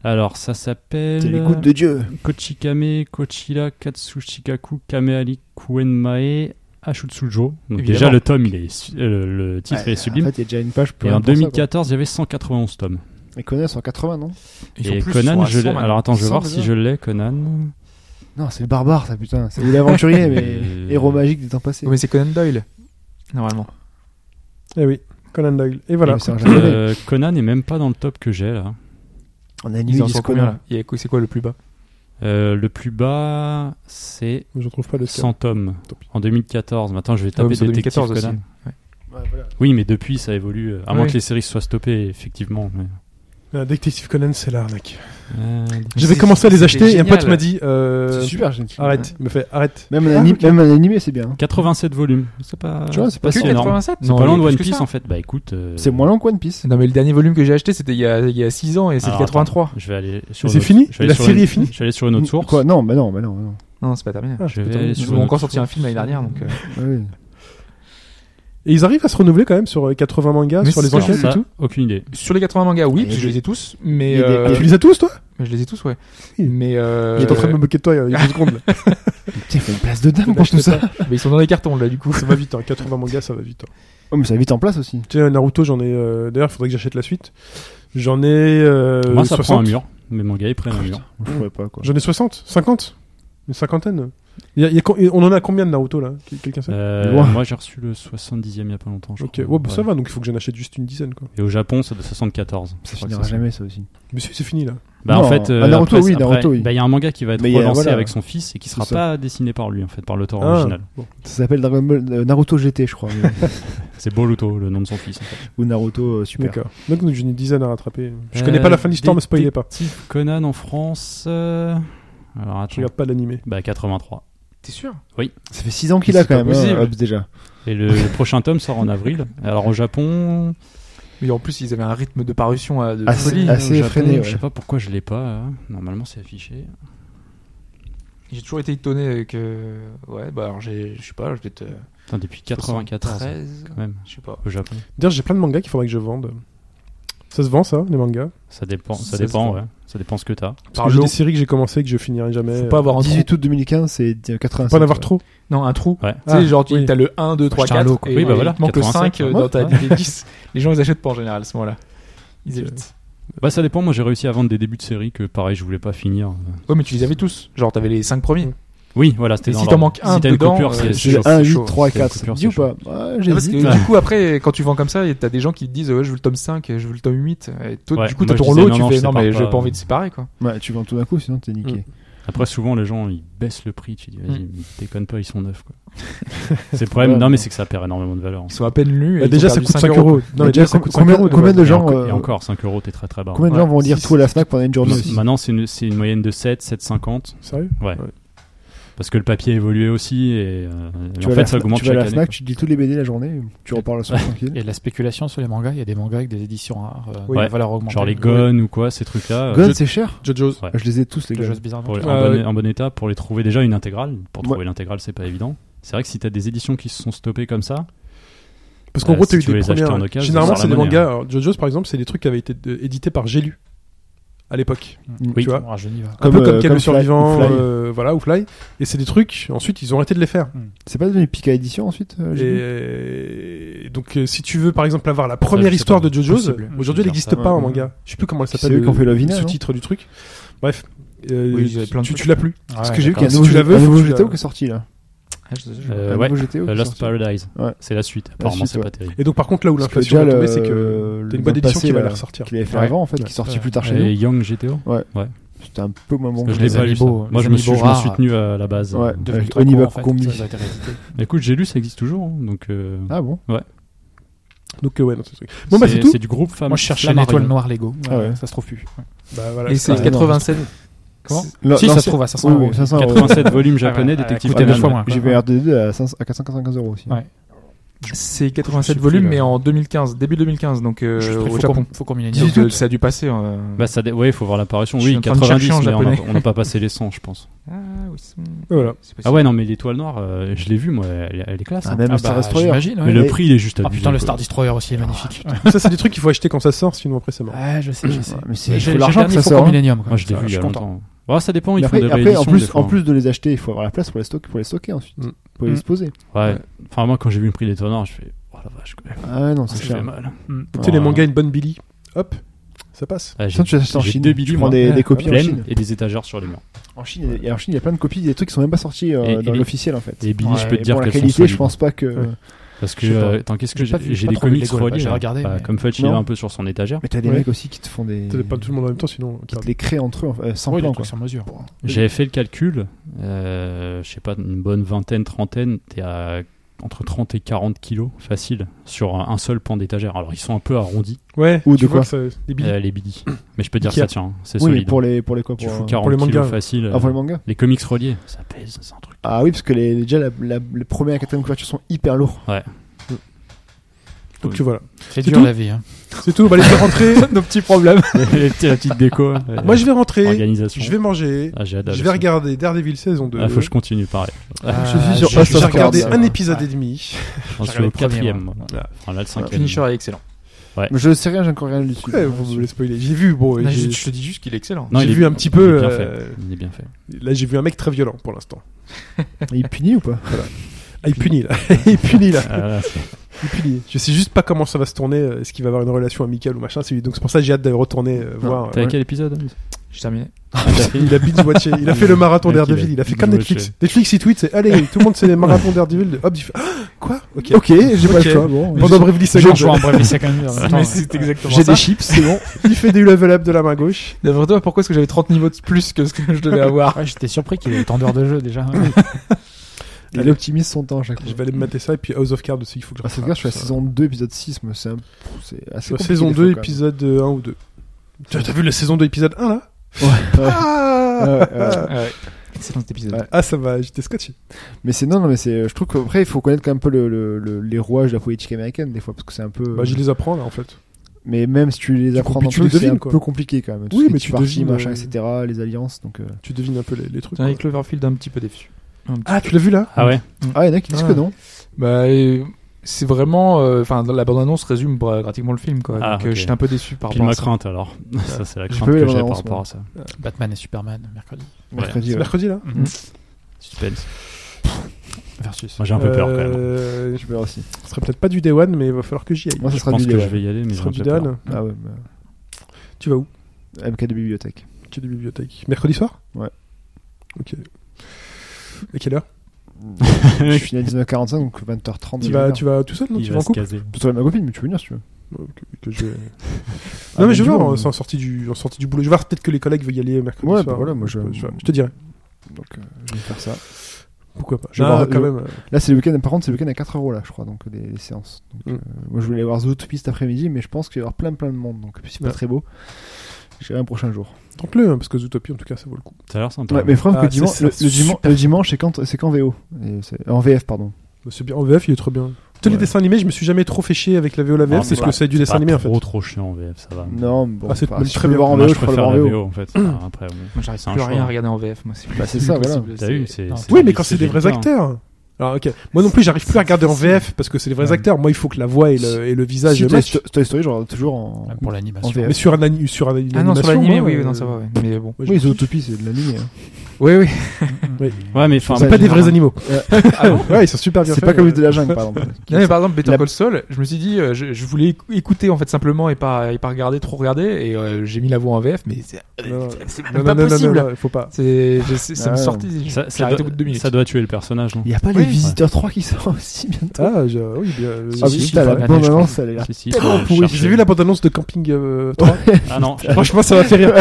E: alors ça
C: C'est les
E: s'appelle
C: gouttes de Dieu.
E: Kochikame, Kochira, Katsushikaku, Kameali, Kuenmae, Ashutsujo. Donc
D: Évidemment.
E: déjà le tome, il est su- euh, le, le titre
C: Ouais,
E: est sublime.
C: En fait, il y a déjà une page pour
E: Et en
C: pour ça, quoi.
E: 2014, il y avait 191 tomes.
C: Mais Conan, c'est en 80, non
D: Ils sont
E: Et
D: plus, ils sont
E: Conan,
D: à 100
E: je l'ai.
D: maintenant.
E: Alors attends, je vais
C: Ils
E: voir
C: sont
E: si
C: déjà.
E: je l'ai, Conan.
C: Non, c'est le barbare, ça putain. C'est l'aventurier, mais héros magique des temps passés.
D: Oui, Mais c'est Conan Doyle, normalement.
A: Eh oui, Conan Doyle. Et voilà.
C: Mais c'est un jamais vu.
E: Euh, Conan n'est même pas dans le top que j'ai là.
C: On a une
D: Ils en
C: nuit
D: sont combien là Il y a quoi- C'est quoi le plus bas
E: Euh, le plus bas, c'est
A: Je trouve pas le scan.
E: 100 tomes
A: Tant pis.
E: en 2014. Maintenant, je vais
D: Ah
E: taper
D: oui, c'est
E: Détective
D: 2014 aussi.
E: Conan.
C: voilà.
E: Oui, mais depuis, ça évolue. euh, À
D: Oui.
E: moins que les séries soient stoppées, effectivement. mais-
A: Ah, Détective Conan, c'est l'arnaque.
E: Euh,
A: J'avais
D: c'est-
A: commencé à les
D: c'était
A: acheter et un pote
D: génial.
A: m'a dit euh,
C: C'est super gentil.
A: arrête. Il me fait arrête.
C: Même
A: Ah,
C: un, ani-
A: ok.
C: même un animé, c'est
E: Euh,
C: bien.
E: 87 volumes. C'est pas.
C: Tu vois, c'est pas
E: si
C: si
E: énorme.
D: 87
E: C'est pas loin de One
D: plus que
E: Piece
D: ça.
E: en fait. Bah écoute. euh,
C: C'est moins long que One Piece.
D: Non, mais le dernier volume que j'ai acheté, c'était il y a il y a 6 ans et c'est le
E: Alors,
D: 83.
E: attends, Je vais aller sur.
A: Mais c'est
E: une autre-
A: fini
E: je vais aller
A: La
E: sur
A: série
E: une-
A: est finie
E: Je vais aller sur une autre source.
C: Quoi Non, bah non, bah non. bah non.
D: Non, c'est pas terminé.
A: Ah,
E: Je vais
A: putain.
E: aller sur
D: Ils
E: une
D: ont encore
E: autre
D: sorti un
E: source.
D: film l'année dernière, donc. euh,
C: Ah oui.
A: Et ils arrivent à se renouveler quand même sur euh, 80 mangas,
D: Mais
A: sur les
D: c'est
E: Alors,
A: enquêtes
E: ça,
A: et tout.
E: Aucune idée.
D: Sur les 80 mangas,
C: Il y
D: oui,
C: a
D: parce que je
C: des-
D: les ai tous, mais
C: il y a des-
D: euh,
A: Ah, tu les as tous toi
D: je les ai tous, ouais.
A: Oui.
D: Mais euh,
A: Il est en train de me moquer de toi il y a deux secondes. là.
C: Putain, il faut une place de dame pour tout ça.
D: mais ils sont dans les cartons là, du coup.
A: Ça va vite, hein, 80 mangas, ça va vite. hein.
C: Oh, mais ça a vite en place aussi.
A: Tu sais, Naruto, j'en ai. euh, D'ailleurs, il faudrait que j'achète la suite. J'en ai. euh,
E: Moi, ça prend un
A: 60.
E: mur. Mes mangas, ils prennent un mur.
C: Je pourrais pas, quoi.
A: J'en ai 60, 50, une cinquantaine. Il y a- il y a co- on en a combien de Naruto là Quel- Quelqu'un sait
E: Euh,
C: Loin.
E: moi, j'ai reçu le 70e il y a pas longtemps. Je
A: Ok,
E: crois.
A: ouais, bah, ça
E: Ouais.
A: va, donc il faut que j'en achète juste une dizaine quoi.
E: Et au Japon, c'est de 74.
C: Ça
E: Je crois que
C: finira
E: c'est ça.
C: jamais, ça aussi.
A: Mais si, c'est fini là.
E: Bah,
C: Non,
E: en fait,
C: un
E: euh,
C: Naruto,
E: après,
C: oui,
E: après,
C: Naruto, oui.
E: bah, il y a un manga qui va être
C: Mais il y a-
E: relancé
C: voilà.
E: avec son fils et qui sera
C: C'est ça.
E: pas dessiné par lui, en fait, par l'auteur
A: Ah,
E: original.
A: bon.
C: Ça s'appelle Dragon Ball euh, Naruto GT, je crois. mais-
E: C'est Boruto, le nom de son fils. En fait.
C: Ou Naruto euh, Super.
A: D'accord. Donc donc, j'ai une dizaine à rattraper. Je
E: Euh,
A: connais pas la fin de l'histoire, mais spoilez pas.
E: Détective Conan en France. euh, Alors
A: Je
E: attends.
A: regarde pas l'animé.
E: Bah 83.
D: T'es sûr
C: Ça fait 6 ans qu'il a
D: C'est
C: quand
D: pas
C: même, hein,
D: possible.
C: Hobbs, déjà.
E: Et le, le prochain tome sort en avril. Alors au Japon,
D: Mais en plus, ils avaient un rythme de parution euh,
E: Ah,
D: de
C: Assez-
D: folie.
C: assez
E: au Japon,
C: effréné, ouais.
E: Je sais pas pourquoi je l'ai pas. hein. Normalement c'est affiché.
D: J'ai toujours été étonné que ouais, bah alors j'ai je sais pas, je vais être euh,
E: Attends, depuis 94
D: 73,
E: quand même
D: je sais pas.
E: au Japon.
A: D'ailleurs, j'ai plein de mangas qu'il faudrait que je vende. Ça se vend ça, les mangas
E: Ça dépend, ça,
D: Ça
E: dépend,
D: dépend.
E: ouais. Ça dépend ce que t'as.
A: Parce que j'ai des séries que j'ai commencé que je finirai jamais.
D: faut pas avoir un trou.
C: 18 août 2015, c'est euh, 85.
A: Faut pas en avoir trop.
D: Non, un trou.
E: Ouais.
D: Tu sais,
A: Ah,
D: genre tu
A: oui.
D: t'as le 1 2 3
E: J'étais un
D: 4
E: lot, quoi.
D: et
E: Oui, bah voilà,
D: il te manque le 5
E: 85,
D: dans
E: ouais.
D: ta des 10. Les gens ils achètent pas en général à ce moment-là. Ils évitent.
E: Bah ça dépend. Moi j'ai réussi à vendre des débuts de série que pareil je voulais pas finir.
D: Ouais, mais tu les avais tous. Genre t'avais les 5 premiers. Ah,
E: Oui, voilà, c'était
D: Et
E: dans
D: si
E: l'ordre.
D: t'en manques un
E: si t'as une
D: dedans,
E: coupure,
D: euh, je-
E: c'est c'est chaud.
D: c'est
C: 1, 8,
D: chaud.
C: 3,
E: C'est
C: 4,
E: coupure,
C: c'est dit ou
E: c'est
C: pas ah,
D: Ah, Parce
C: J'hésite.
D: que du coup après quand tu vends comme ça, et t'as des gens qui te disent ouais, je veux le tome 5, je veux le tome 8 et toi,
E: Ouais,
D: du coup
E: moi,
D: t'as
E: je
D: ton
E: disais,
D: lot
E: non,
D: tu
E: non,
D: fais
E: je
D: non mais
E: sépare
D: j'ai
E: pas.
D: pas envie de séparer quoi.
C: Ouais, tu vends tout d'un coup, sinon t'es niqué.
E: Après, souvent, les gens, ils baissent le prix. Tu dis, vas-y, mais déconne pas, ils sont neufs, quoi. c'est
C: Mm.
E: le
C: Ouais,
E: problème. Non,
C: ouais.
E: mais c'est que ça perd énormément de valeur. hein.
D: Ils sont à peine lus et
A: Bah,
D: ils
A: déjà,
D: ont
A: ça
D: perdu
A: coûte
D: 5
A: 5 euros. Non, mais déjà, ça
C: com-
A: coûte 5
C: combien,
A: euros. de
C: combien de
A: base.
C: gens,
E: et, enco-
C: euh,
E: et encore, 5 euros, t'es très très bas.
C: combien de
A: Ouais,
C: gens vont lire
A: si,
C: tout à la Fnac pendant une journée
E: Ma-
C: aussi
E: Maintenant, c'est une, c'est une moyenne de 7, 7,50.
A: Sérieux
E: Parce que le papier a évolué aussi. Et, euh,
C: Tu
E: en
C: vas à
E: fait,
C: la
E: ça
C: Fnac-
E: augmente
C: Tu vas à
E: chaque
C: la
E: année.
C: Fnac, tu te lis tous les BD la journée, tu repars le soir tranquille.
B: Et la spéculation sur les mangas, il y a des mangas avec des éditions rares, euh,
A: Oui.
B: à
E: Ouais.
B: valeur augmentée.
E: Genre les Gon ou quoi, ces trucs-là. euh,
C: Gun,
E: je-
C: c'est cher
A: Jojo's.
E: Ouais.
C: Je les ai tous, les
B: Quelque
C: gars.
B: chose bizarre.
E: pour les- en,
A: Euh,
E: bon, en bon état, pour les trouver déjà une intégrale. Pour
C: Ouais.
E: trouver l'intégrale, c'est pas évident. C'est vrai que si t'as des éditions qui se sont stoppées comme ça,
A: Parce qu'en
E: Euh,
A: gros,
E: si
A: t'as eu
E: tu veux
A: des
E: les acheter en
A: premières.
E: occasion,
A: Généralement,
E: ça
A: c'est des
E: sert la monnaie,
A: mangas. alors, Jojo's, par exemple, c'est des trucs qui avaient été euh, édités par J'ai lu à l'époque.
E: Oui.
A: Tu vois
B: Ah, je n'y vais.
A: Un peu comme
C: euh,
A: Quel le
C: Fly-
A: survivant,
C: Fly.
A: euh, voilà, ou Fly. Et c'est des trucs, ensuite, ils ont arrêté de les faire.
C: C'est pas devenu Pika Edition ensuite
E: Bah,
C: euh, j'ai vu
A: Et donc, euh, si tu veux, par exemple, avoir la
E: je
A: première
E: sais
A: histoire
E: pas.
A: de JoJo's,
E: Possible.
A: aujourd'hui, elle
E: Bizarre,
A: n'existe
E: ça,
A: pas
C: ouais,
A: en
C: ouais.
A: manga. Je sais plus comment elle
C: C'est
A: s'appelle. euh,
C: eux qui ont fait
A: le
C: Lovina, non
A: sous-titre du truc. Bref. Euh,
D: Oui, ils avaient plein de
A: tu,
D: trucs.
A: tu l'as plus.
B: Ah
C: Parce
B: ouais,
C: que j'ai vu qu'il y a un
A: Si
C: nouveau,
A: tu l'as veux,
C: un
A: faut
C: nouveau
A: que tu
C: GTO
A: la-
C: qui est sorti là.
D: Ah, je- je-
E: euh,
C: un
E: ouais,
C: nouveau GTO. qui
E: euh,
C: est
E: Lost
C: sorti.
E: Paradise,
C: hein, Ouais.
E: c'est la suite. Apparemment,
C: suite,
E: c'est
C: ouais.
E: pas terrible.
A: Et donc, par contre, là où
C: Parce que
A: l'inflation est
C: déjà,
A: tombée,
C: le-
A: c'est que
C: le
A: t'as une bonne
C: dans le
A: édition
C: passé,
A: qui va
C: là,
A: la ressortir.
C: Qu'il avait fait
B: Ouais.
C: avant en fait,
A: Ouais.
C: qui est sorti plus tard chez
E: Et
C: nous.
E: Young GTO
C: C'était un peu moins bon.
E: Parce que je l'ai
B: Les
E: pas lu. ça.
B: amiibo,
E: Moi,
B: les
E: je me suis,
B: amiibo
E: je m'en
B: rares.
E: suis tenu à la base. Euh,
C: Ouais.
B: devenu
C: Avec
B: très
C: Oniwa
B: court, en fait,
C: Kokombi.
B: ça a été réédité.
E: Écoute, j'ai lu, ça existe toujours. hein, Donc, euh,
C: Ah bon
A: Donc, euh, ouais, non, c'est truc. Bon, bah, c'est tout.
E: C'est du groupe femme.
B: Moi, je cherchais
E: Flammarion.
B: l'étoile noire Lego.
C: Ah ouais.
B: Ça se trouve plus. Ouais.
A: Bah, voilà,
D: Et
A: c'est
D: c'est
A: ça.
C: Ah, non,
D: 87.
B: Comment
D: C'est-
C: Non,
B: Si,
C: non,
B: ça se
C: c'est-
B: trouve à 500
C: Oui,
B: euros.
C: oui, 500 euros.
E: 87 volumes japonais,
B: Ah, ouais,
E: détective
B: ouais, coûtait
E: Conan.
B: deux fois moins.
C: J'ai vu RD2 à 500 à 495 euros aussi.
B: Ouais.
D: C'est
B: Je sais
D: 87
B: plus,
D: volumes,
B: là.
D: mais en 2015, début 2015, donc euh,
B: Je-
D: au
B: faut
D: Japon.
B: qu'on- Faut qu'on m'y aille.
D: Donc, euh, ça a dû passer. euh,
E: Bah, ça, dé- ouais, il faut voir l'apparition.
D: Je suis
E: Oui,
D: en train de chercher
E: 90,
D: en
E: mais on n'a
D: japonais.
E: pas- on n'a pas passé les 100, je pense.
D: Ah oui, c'est-
A: Voilà.
D: c'est possible.
E: Ah ouais, non, mais l'étoile noire, euh, je l'ai vue, moi, elle, est- elle est classe.
C: Ah,
E: hein.
C: même
B: Ah
C: le Star
B: bah,
C: Destroyer.
B: j'imagine, ouais.
E: mais le
C: mais-
E: prix, il est juste
B: Ah
E: abusé.
B: putain, le
E: quoi.
B: Star Destroyer aussi il est magnifique.
A: Ça, c'est des trucs qu'il faut acheter quand ça sort, sinon après,
C: Ah,
A: ça meurt.
B: Ouais, je sais, je sais.
C: Ouais, Mais c'est
B: J'ai
C: il
B: j'ai
C: faut
B: le
C: l'argent que
B: dernier
C: ça
B: Faucon
C: sort. hein.
B: Millennium. quand
E: Moi, je l'ai
B: même.
E: vu il y
B: suis
E: a
B: content.
E: longtemps. Ouais, ça dépend,
C: Mais
E: ils font
C: Après,
E: des
C: après,
E: rééditions.
C: en
E: des
C: plus,
E: fois,
C: en
E: hein.
C: plus de les acheter, il faut avoir la place pour les stocker, pour les stocker ensuite,
A: Mm.
C: pour les exposer.
E: Ouais. Enfin, moi, quand j'ai vu le prix de l'étoile noire, je fais, oh la vache, quand même,
C: Ah ouais, non,
E: ça
C: c'est
E: fait
C: cher.
E: mal.
C: Hmm.
A: Tu sais, les
C: Oh.
E: Ouais.
A: mangas, une bonne Billy, hop, ça passe.
C: Tiens,
E: Ouais, J'ai
C: tu achètes en
E: j'ai
C: Chine,
E: deux billets,
C: tu prends
E: moi.
C: des, des
A: Ouais.
C: copies en
E: pleines
C: Chine.
E: et des étagères sur les murs.
C: En Chine, il y a- et en Chine, il y a plein de copies, des trucs qui sont même pas sortis euh,
E: Et- et
C: dans
E: les-
C: l'officiel en fait.
E: Et Billy, je peux
C: Et
E: te dire
C: pour la
E: qu'elles sont
C: qualité, je
E: solides.
C: pense pas que.
A: Ouais.
E: Parce que,
B: Je sais pas.
E: euh, attends, qu'est-ce que
B: J'ai pas vu-
E: j'ai J'ai
B: j'ai pas
E: des
B: trouvé
E: comics
B: les Gaules, bah,
E: reliés.
B: j'ai
E: là.
B: regardé,
E: Bah,
B: mais-
E: Comme Fudge, il est
C: Non.
E: un peu sur son étagère.
C: Mais t'as des
A: Ouais.
C: mecs aussi qui te font des.
A: T'as pas tout le monde en même temps, sinon.
C: qui te les créent entre eux, en fait, euh, sans
B: Ouais, des
C: plan
B: trucs
C: quoi.
B: sur mesure.
E: J'avais fait le calcul, euh, je sais pas, une bonne vingtaine, trentaine, t'es à entre 30 et 40 kilos facile sur un seul pan d'étagère. Alors ils sont un peu arrondis,
A: Ouais.
C: Ou
A: tu
C: de
A: vois
C: quoi
A: que ça- des billes.
E: euh, les bidis. Mais je peux dire
A: Ikea.
E: ça tient, hein, c'est
C: Oui, mais
E: solide.
C: pour les, pour les quoi
E: Tu
C: pour,
E: fous
C: euh,
E: 40
A: pour les
E: kilos
A: mangas.
E: facile.
C: ah, pour
E: euh,
C: les mangas
E: les comics reliés, ça pèse, c'est un truc.
C: Ah oui, parce que les, déjà la, la- les premières et quatrième couvertures sont hyper lourds.
A: Donc tu vois. là.
B: C'est
A: C'est
B: dur
A: tout
B: la vie. hein.
A: C'est tout. Bah, On va laisser rentrer.
D: Nos petits problèmes.
E: les petits- la petite déco. euh,
A: Moi je vais rentrer.
E: Organisation.
A: Je vais manger.
E: Ah, j'ai hâte d'aller
A: Je vais
E: sur-
A: regarder Daredevil saison 2.
E: Ah, faut que je Ah, continue, pareil.
C: Ah, Je suis sur
B: j'ai-
C: House
A: J'ai
B: j'ai
C: of Cards.
A: regardé
B: regardé
A: un
C: ouais.
A: épisode et demi.
E: J'en
B: J'ai
E: suis
B: regardé
E: au
B: le premier,
E: quatrième.
B: moi.
E: moi. Enfin, là, le cinquième.
D: Finisher est excellent.
C: Je sais rien, j'ai encore rien lu dessus.
A: Ouais, vous voulez spoiler. J'ai vu, bon. et
D: Là,
A: j'ai-
D: je, je te dis juste qu'il est excellent.
E: Non,
A: j'ai
E: il est-
A: vu un petit
E: il est
A: peu,
E: bien
A: euh,
E: fait. Il est bien fait.
A: Là, j'ai vu un mec très violent pour l'instant.
C: Il punit ou pas
A: Ah, il punit là. il punit là.
E: Ah, là, c'est-
A: Il punit. Je sais juste pas comment ça va se tourner. euh, Est-ce qu'il va avoir une relation amicale ou machin. c'est- Donc c'est pour ça que j'ai hâte de retourner euh, voir.
E: T'as
A: Ouais.
E: quel épisode Hans
D: J'ai terminé.
A: Il a binge-watché. Il a fait le marathon
E: Mec, il a
A: d'Daredevil. Il a fait comme
E: binge-watché.
A: Netflix. Netflix, il tweet. c'est, Allez, tout le monde, c'est les marathons d'Daredevil. de- Hop, il fait, Ah, Quoi Ok.
C: Ok, j'ai pas
A: Ok.
C: le choix. Bon,
A: Pendant Bravely
B: J'ai
C: hein.
A: Second,
B: joué en bref, mais c'est quand même. en même temps,
D: Ah, Mais
B: ouais.
D: c'est exactement
C: j'ai
D: ça.
C: des chips, c'est bon.
A: il fait du level up de la main gauche.
D: D'après toi, pourquoi est-ce que j'avais 30 niveaux de plus que ce que je devais avoir
B: Ouais, J'étais surpris qu'il y ait autant d'heures de jeu déjà. Ouais.
C: Il optimise son temps à chaque fois.
A: Je vais aller me mater ça. Et puis House of Cards aussi, il faut que je
C: Ah, c'est
A: refasse.
C: le cas, je suis à
A: Ça.
C: saison 2, épisode 6, mais c'est un... c'est assez
A: Sur
C: compliqué,
A: saison
C: des
A: 2,
C: fois,
A: épisode euh, 1 ou 2. T'as t'as vu la saison 2, épisode 1 là
C: quand même. Ouais, ouais.
A: ah,
C: Ouais, ouais, ouais.
D: Excellent cet épisode.
C: Ouais.
A: ah, ça va, j'étais scotché.
C: Mais c'est non, non, mais c'est. Je trouve qu'après, il faut connaître quand même un peu le, le- le- les rouages de la politique américaine des fois, parce que c'est un peu.
A: Bah, je les apprends là en fait.
C: Mais même si tu les apprends
A: compli-
C: un
A: tu
C: peu,
A: les
C: c'est
A: devines,
C: un
A: quoi.
C: peu compliqué quand même. Tout
A: Oui,
C: ce qui
A: mais
C: est
A: tu
C: parti,
A: devines,
C: machin,
A: euh,
C: etc. Les alliances, donc. euh.
A: Tu devines un peu les, les trucs.
D: Avec
A: quoi.
D: Cloverfield, un petit peu déçu.
A: Ah, tu l'as vu là
E: Ah ouais
C: Ah, il y en a qui disent
D: Ah.
C: que non.
D: Bah, euh, c'est vraiment. euh, Enfin, la bande-annonce résume bah, pratiquement le film, quoi.
E: Ah,
D: Donc, euh,
E: ok.
D: j'étais un peu déçu par
E: Pile
D: rapport à
E: ma
D: ça.
E: crainte alors. ça, c'est la
C: J'ai
E: crainte
C: pas eu la
E: que j'ai par
C: bande-annonce,
E: rapport à ça.
B: Batman et Superman mercredi.
C: Mercredi,
A: C'est
C: ouais.
A: mercredi là
D: Mm.
E: Mm. Suspense.
B: Versus.
E: Moi, j'ai un peu peur quand même.
A: Euh,
C: Je peux aussi.
A: Ce serait peut-être pas du day one, mais il va falloir que j'y aille.
C: Moi, ça
E: Je
C: sera
E: pense
C: du
E: que
C: délai,
E: je vais y aller, mais
A: Ce
E: j'ai
A: sera
E: un
A: du
E: peu
A: day
E: peur.
A: one.
C: Ah ouais, mais-
A: Tu vas où
C: MK de bibliothèque.
A: Tu es de bibliothèque. Mercredi soir
C: Ouais.
A: Ok. À quelle heure
C: Je finis à 19h45, donc 20h30.
A: tu vas, tu vas tout seul, non
E: Il
A: Tu
E: va
A: vas en
E: se
A: couple
E: caser.
C: Plutôt avec ma copine, mais tu peux venir si tu veux.
A: Ouais, que- que je-
C: Ah,
E: bah,
A: Non, mais
C: mais
A: je vais
C: dis-moi,
A: voir,
C: mais-
A: c'est en sortie du, en sortie du boulot. Je vais voir peut-être que les collègues veulent y aller mercredi
C: Ouais,
A: soir.
C: bah voilà, moi, je-
A: te dirai.
C: Donc, euh, je vais faire ça.
A: Pourquoi pas.
C: Je vais
A: Ah,
C: voir-
A: quand
C: je-
A: même. euh,
C: Là, c'est le week-end. Par contre, c'est le week-end à 4 euros là, je crois, donc des, des séances. Donc,
A: Mm.
C: euh, moi, je voulais aller voir Zootopie cet après-midi, mais je pense qu'il va y avoir plein, plein de monde. Donc, c'est pas
A: Ouais.
C: très beau. J'irai un prochain jour.
A: Tente-le, hein, parce que Zootopie, en tout cas, ça vaut le coup.
E: Ça a l'air sympa.
C: Ouais, mais Franck,
A: Ah,
C: le,
A: c'est-
C: dimanche,
A: c'est
C: le, le diman-
A: super.
C: le dimanche, c'est quand, c'est quand VO Et c'est- euh, En VF, pardon.
A: Mais C'est bien. En VF, il est trop bien. Tous les
C: Ouais.
A: dessins animés, je me suis jamais trop fait chier avec la VO la VF.
E: Ah,
A: c'est ce
E: bah,
A: que c'est du
E: Pas
A: dessin animé, en fait.
E: trop trop chiant en VF, ça va.
C: Non, mais bon,
A: Ah, c'est
C: enfin,
A: même
C: si je
A: très
C: peux
A: bien.
C: le voir en
E: Moi,
C: VO,
E: je
C: je préfère le
E: préfère
C: voir en
E: la
C: Vo.
E: VO en fait. Ah, Après, bon.
D: Moi, j'arrive
E: C'est un
D: plus à rien
E: choix.
D: à regarder en VF. Moi, c'est plus
C: Bah, c'est
D: plus
C: ça, voilà.
D: possible,
E: T'as
D: c'est-
E: vu, c'est.
B: non.
A: Oui, mais quand c'est des
E: bien.
A: vrais acteurs. Alors, ok. Moi non plus, j'arrive plus à regarder en VF parce que c'est des vrais
C: Ouais.
A: acteurs. Moi, il faut que la voix et le, et le visage
C: Si Toy
A: matchent.
C: Sto- Toy Story, genre toujours en.
B: Pour l'animation.
C: en VF.
A: Mais sur un ani- sur un, une
D: Ah non, sur
A: animation,
D: l'animé,
A: moi,
D: oui, oui,
A: euh,
D: non, ça va, ouais. Mais bon.
A: moi, j'ai-
C: Oui, Zootopie, c'est de l'anime. hein.
D: Oui, oui.
E: Ouais, mais enfin,
A: C'est pas des vrais animaux.
D: Ah bon
A: Ouais, ils sont super bien
C: C'est
A: faits,
C: pas comme
A: euh.
C: de la jungle, par exemple.
D: Non, mais par exemple, Better
C: La-
D: Call Saul, je me suis dit, euh, je, je voulais éc- écouter en fait simplement et pas, et pas regarder, trop regarder, et euh, j'ai mis la voix en VF, mais c'est
A: Non,
D: c'est
A: non,
D: même
A: non,
D: pas
A: non, non,
D: possible.
A: non, faut pas.
D: C'est, je sais- ça me
C: Ah,
D: sortit.
E: ça,
D: j'ai
E: ça,
D: arrêté au bout de deux
E: doit,
D: minutes.
E: ça doit tuer le personnage, non
C: Il y a pas
D: les
C: les
D: Oui.
C: Visiteurs
E: Visiteurs
C: 3 qui sortent aussi bientôt.
A: Ah, je- oui, bien. euh,
E: Ah,
C: Ah,
E: si,
A: si,
C: putain,
E: si,
C: la
E: si,
C: bonne
E: je
C: annonce, elle a l'air
E: Si, si,
C: tellement
E: faut
C: pourrie.
E: chercher.
A: J'ai vu la bande-annonce de Camping euh, 3.
E: Ah non,
A: Franchement, ça m'a fait rire.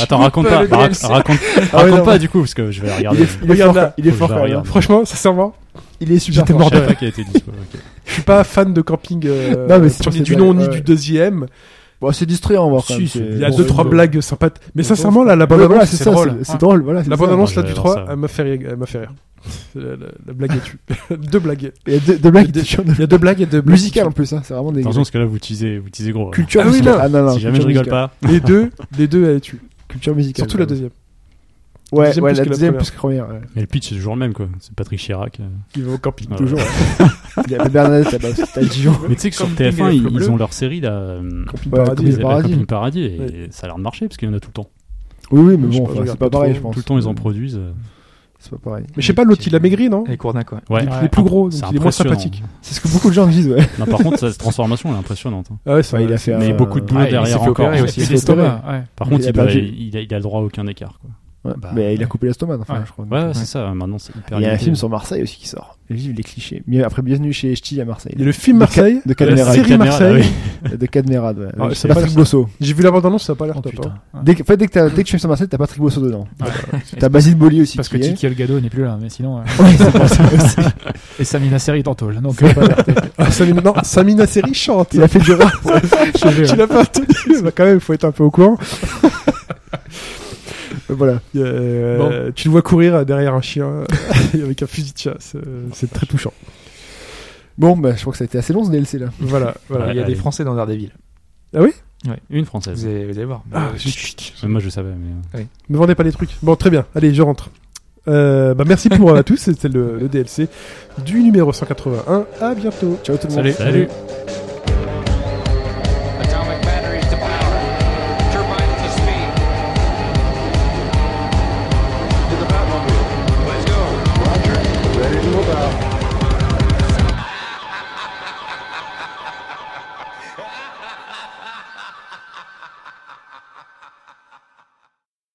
E: attends, raconte
D: coupe
E: pas,
D: le
E: bah, rac-
D: DLC.
E: raconte,
C: Ah ouais, non,
E: raconte pas
C: ouais.
E: du coup, parce que je vais
C: Il
E: regarder.
C: est- il est
A: Regarde
C: fort,
A: là.
C: là. il est
E: Faut que
C: fort
E: je
C: quand même.
E: regarde.
A: Franchement, sincèrement,
C: Il est super
A: J'étais
C: fort.
A: mort
E: Je savais pas qu'il était dispo. ok.
A: je suis pas fan de Camping. euh,
C: Non, mais c'est-
A: sur ni
C: c'est
A: du
C: dingue,
A: nom ni
C: ouais.
A: du deuxième.
C: Bon, c'est distrayant, on va voir quand
E: Si,
C: même.
E: si,
C: c'est-
A: Il y a
C: bon,
A: deux
C: c'est
A: trois
C: drôle.
A: blagues sympathiques. Mais
C: Ouais,
A: sincèrement, là, la
C: Ouais, voilà,
A: bande-annonce,
C: c'est
A: c'est
C: ça,
A: drôle.
C: c'est- c'est drôle, voilà. c'est
A: La
C: ça.
A: bande-annonce là
E: Moi,
A: du
E: je vais
A: 3,
E: voir ça.
A: elle m'a fait rire. Elle m'a fait rire. La, la- la blague est tue. deux blagues.
C: Il y a deux- deux blagues qui sont de-
A: Il y a deux blagues et deux blagues.
C: musicales en plus, hein, c'est vraiment des
E: Attention, parce que là, vous teasez, vous teasez gros. là.
C: culture
A: Ah oui,
C: musicale.
A: non.
C: non, non,
E: Si jamais je
C: culture
E: rigole
C: musicale.
E: pas.
A: Les deux, les deux, elle tue.
C: Culture musicale.
A: Surtout la
C: ouais.
A: deuxième.
C: Ouais,
A: Deuxième
C: ouais,
A: plus
C: la
A: que la
C: deuxième
A: première.
C: plus que la première. ouais.
E: Mais le pitch, c'est toujours le même, quoi. C'est Patrick Chirac. euh.
A: Ils vont au camping.
E: Voilà.
C: Toujours. ouais. Il y avait Bernadette là-bas, c'était à Dijon.
E: Mais tu sais que sur
A: Camping
E: TF1,
A: et
E: ils,
A: Fleu
E: ils
A: Bleu.
E: ont leur série, là. euh,
A: Camping
C: Ouais,
A: paradis.
C: Camping
E: ils- la
C: Paradis.
E: Camping Paradis, et
A: Ouais.
E: ça a l'air de marcher, parce qu'il y en a tout le temps.
C: Oui, oui, mais
A: Je sais pas,
C: bon, enfin,
A: je
C: c'est
A: regarde
C: pas
A: pas
C: pareil,
A: trop.
C: je pense.
E: Tout le temps, ils en produisent. euh.
C: C'est pas pareil.
A: Mais je sais pas, l'autre, il a maigri, non
D: Avec Kournak, ouais.
E: Ouais.
A: Il est plus gros, donc
E: C'est
A: il est moins
E: impressionnant.
A: sympathique.
C: C'est ce que beaucoup de gens disent, ouais.
E: Non, par contre, sa transformation, elle est impressionnante. hein.
A: Ah ouais, ça,
C: Enfin, il a fait
E: Mais
C: un-
E: beaucoup de boulot
B: Ouais, il s'est
E: derrière
D: fait
E: encore.
D: opérer
E: hein.
D: aussi.
B: C'est l'estomac. ouais.
E: Par contre,
C: Il a
E: il doit-
C: perdu.
E: il a il a le droit à aucun écart, quoi.
C: Ouais.
E: Bah,
C: mais il a
B: ouais.
C: coupé l'estomac, enfin,
B: Ouais.
C: je crois.
E: Ouais, ouais,
C: Ouais.
E: c'est ça. Maintenant, c'est hyper.
C: Il y a un
E: limité.
C: film sur Marseille aussi qui sort. Vive les clichés. Mais après, bienvenue chez Ch'ti à Marseille.
A: Il y a le film
C: De
A: Marseille,
C: Ca- de
E: Ouais,
A: la
C: Cadmerade.
E: c'est
A: série
E: Cadmerade,
A: Marseille.
E: ah oui.
C: De Cadmerade, ouais.
A: Ah,
C: Avec
A: c'est pas
C: Patrick
A: la-
C: Bosso.
A: J'ai vu la bande annonce, ça a pas l'air
B: Oh
A: top. hein.
B: putain.
C: Dès que, en fait, dès que, t'as- dès que tu fais sur Marseille, t'as Patrick Bosso dedans. T'as Basile Boli aussi.
B: Parce que
C: qui est.
B: Tiki Elgado n'est plus là, mais sinon. euh,
C: Ouais, c'est pour ça aussi.
B: Et Samina Seri tantôt, là. Donc, euh,
A: Ah, Samina, non, Samina Seri chante.
C: Il a fait du rap.
B: euh,
A: tu l'as pas entendu Bah, quand même, il faut être un peu au courant.
C: voilà.
A: Euh, Tu le vois courir derrière un chien euh, avec un fusil de chasse. euh, C'est très touchant.
C: Bon, bah, je crois que ça a été assez long ce DLC là.
A: Voilà, voilà.
E: Ouais.
D: Il y a
E: allez.
D: des Français dans Daredevil.
E: Une
D: Vous
E: française.
D: allez, vous allez voir. Euh,
A: Ah,
D: Mais,
A: je-
E: Mais Moi, je savais. Mais... euh,
A: Ne vendez pas les trucs. Bon, très bien. Allez, je rentre. Euh, bah, merci pour euh, tous. C'était le, le DLC du numéro 181. À bientôt.
C: Ciao tout le monde.
E: Salut.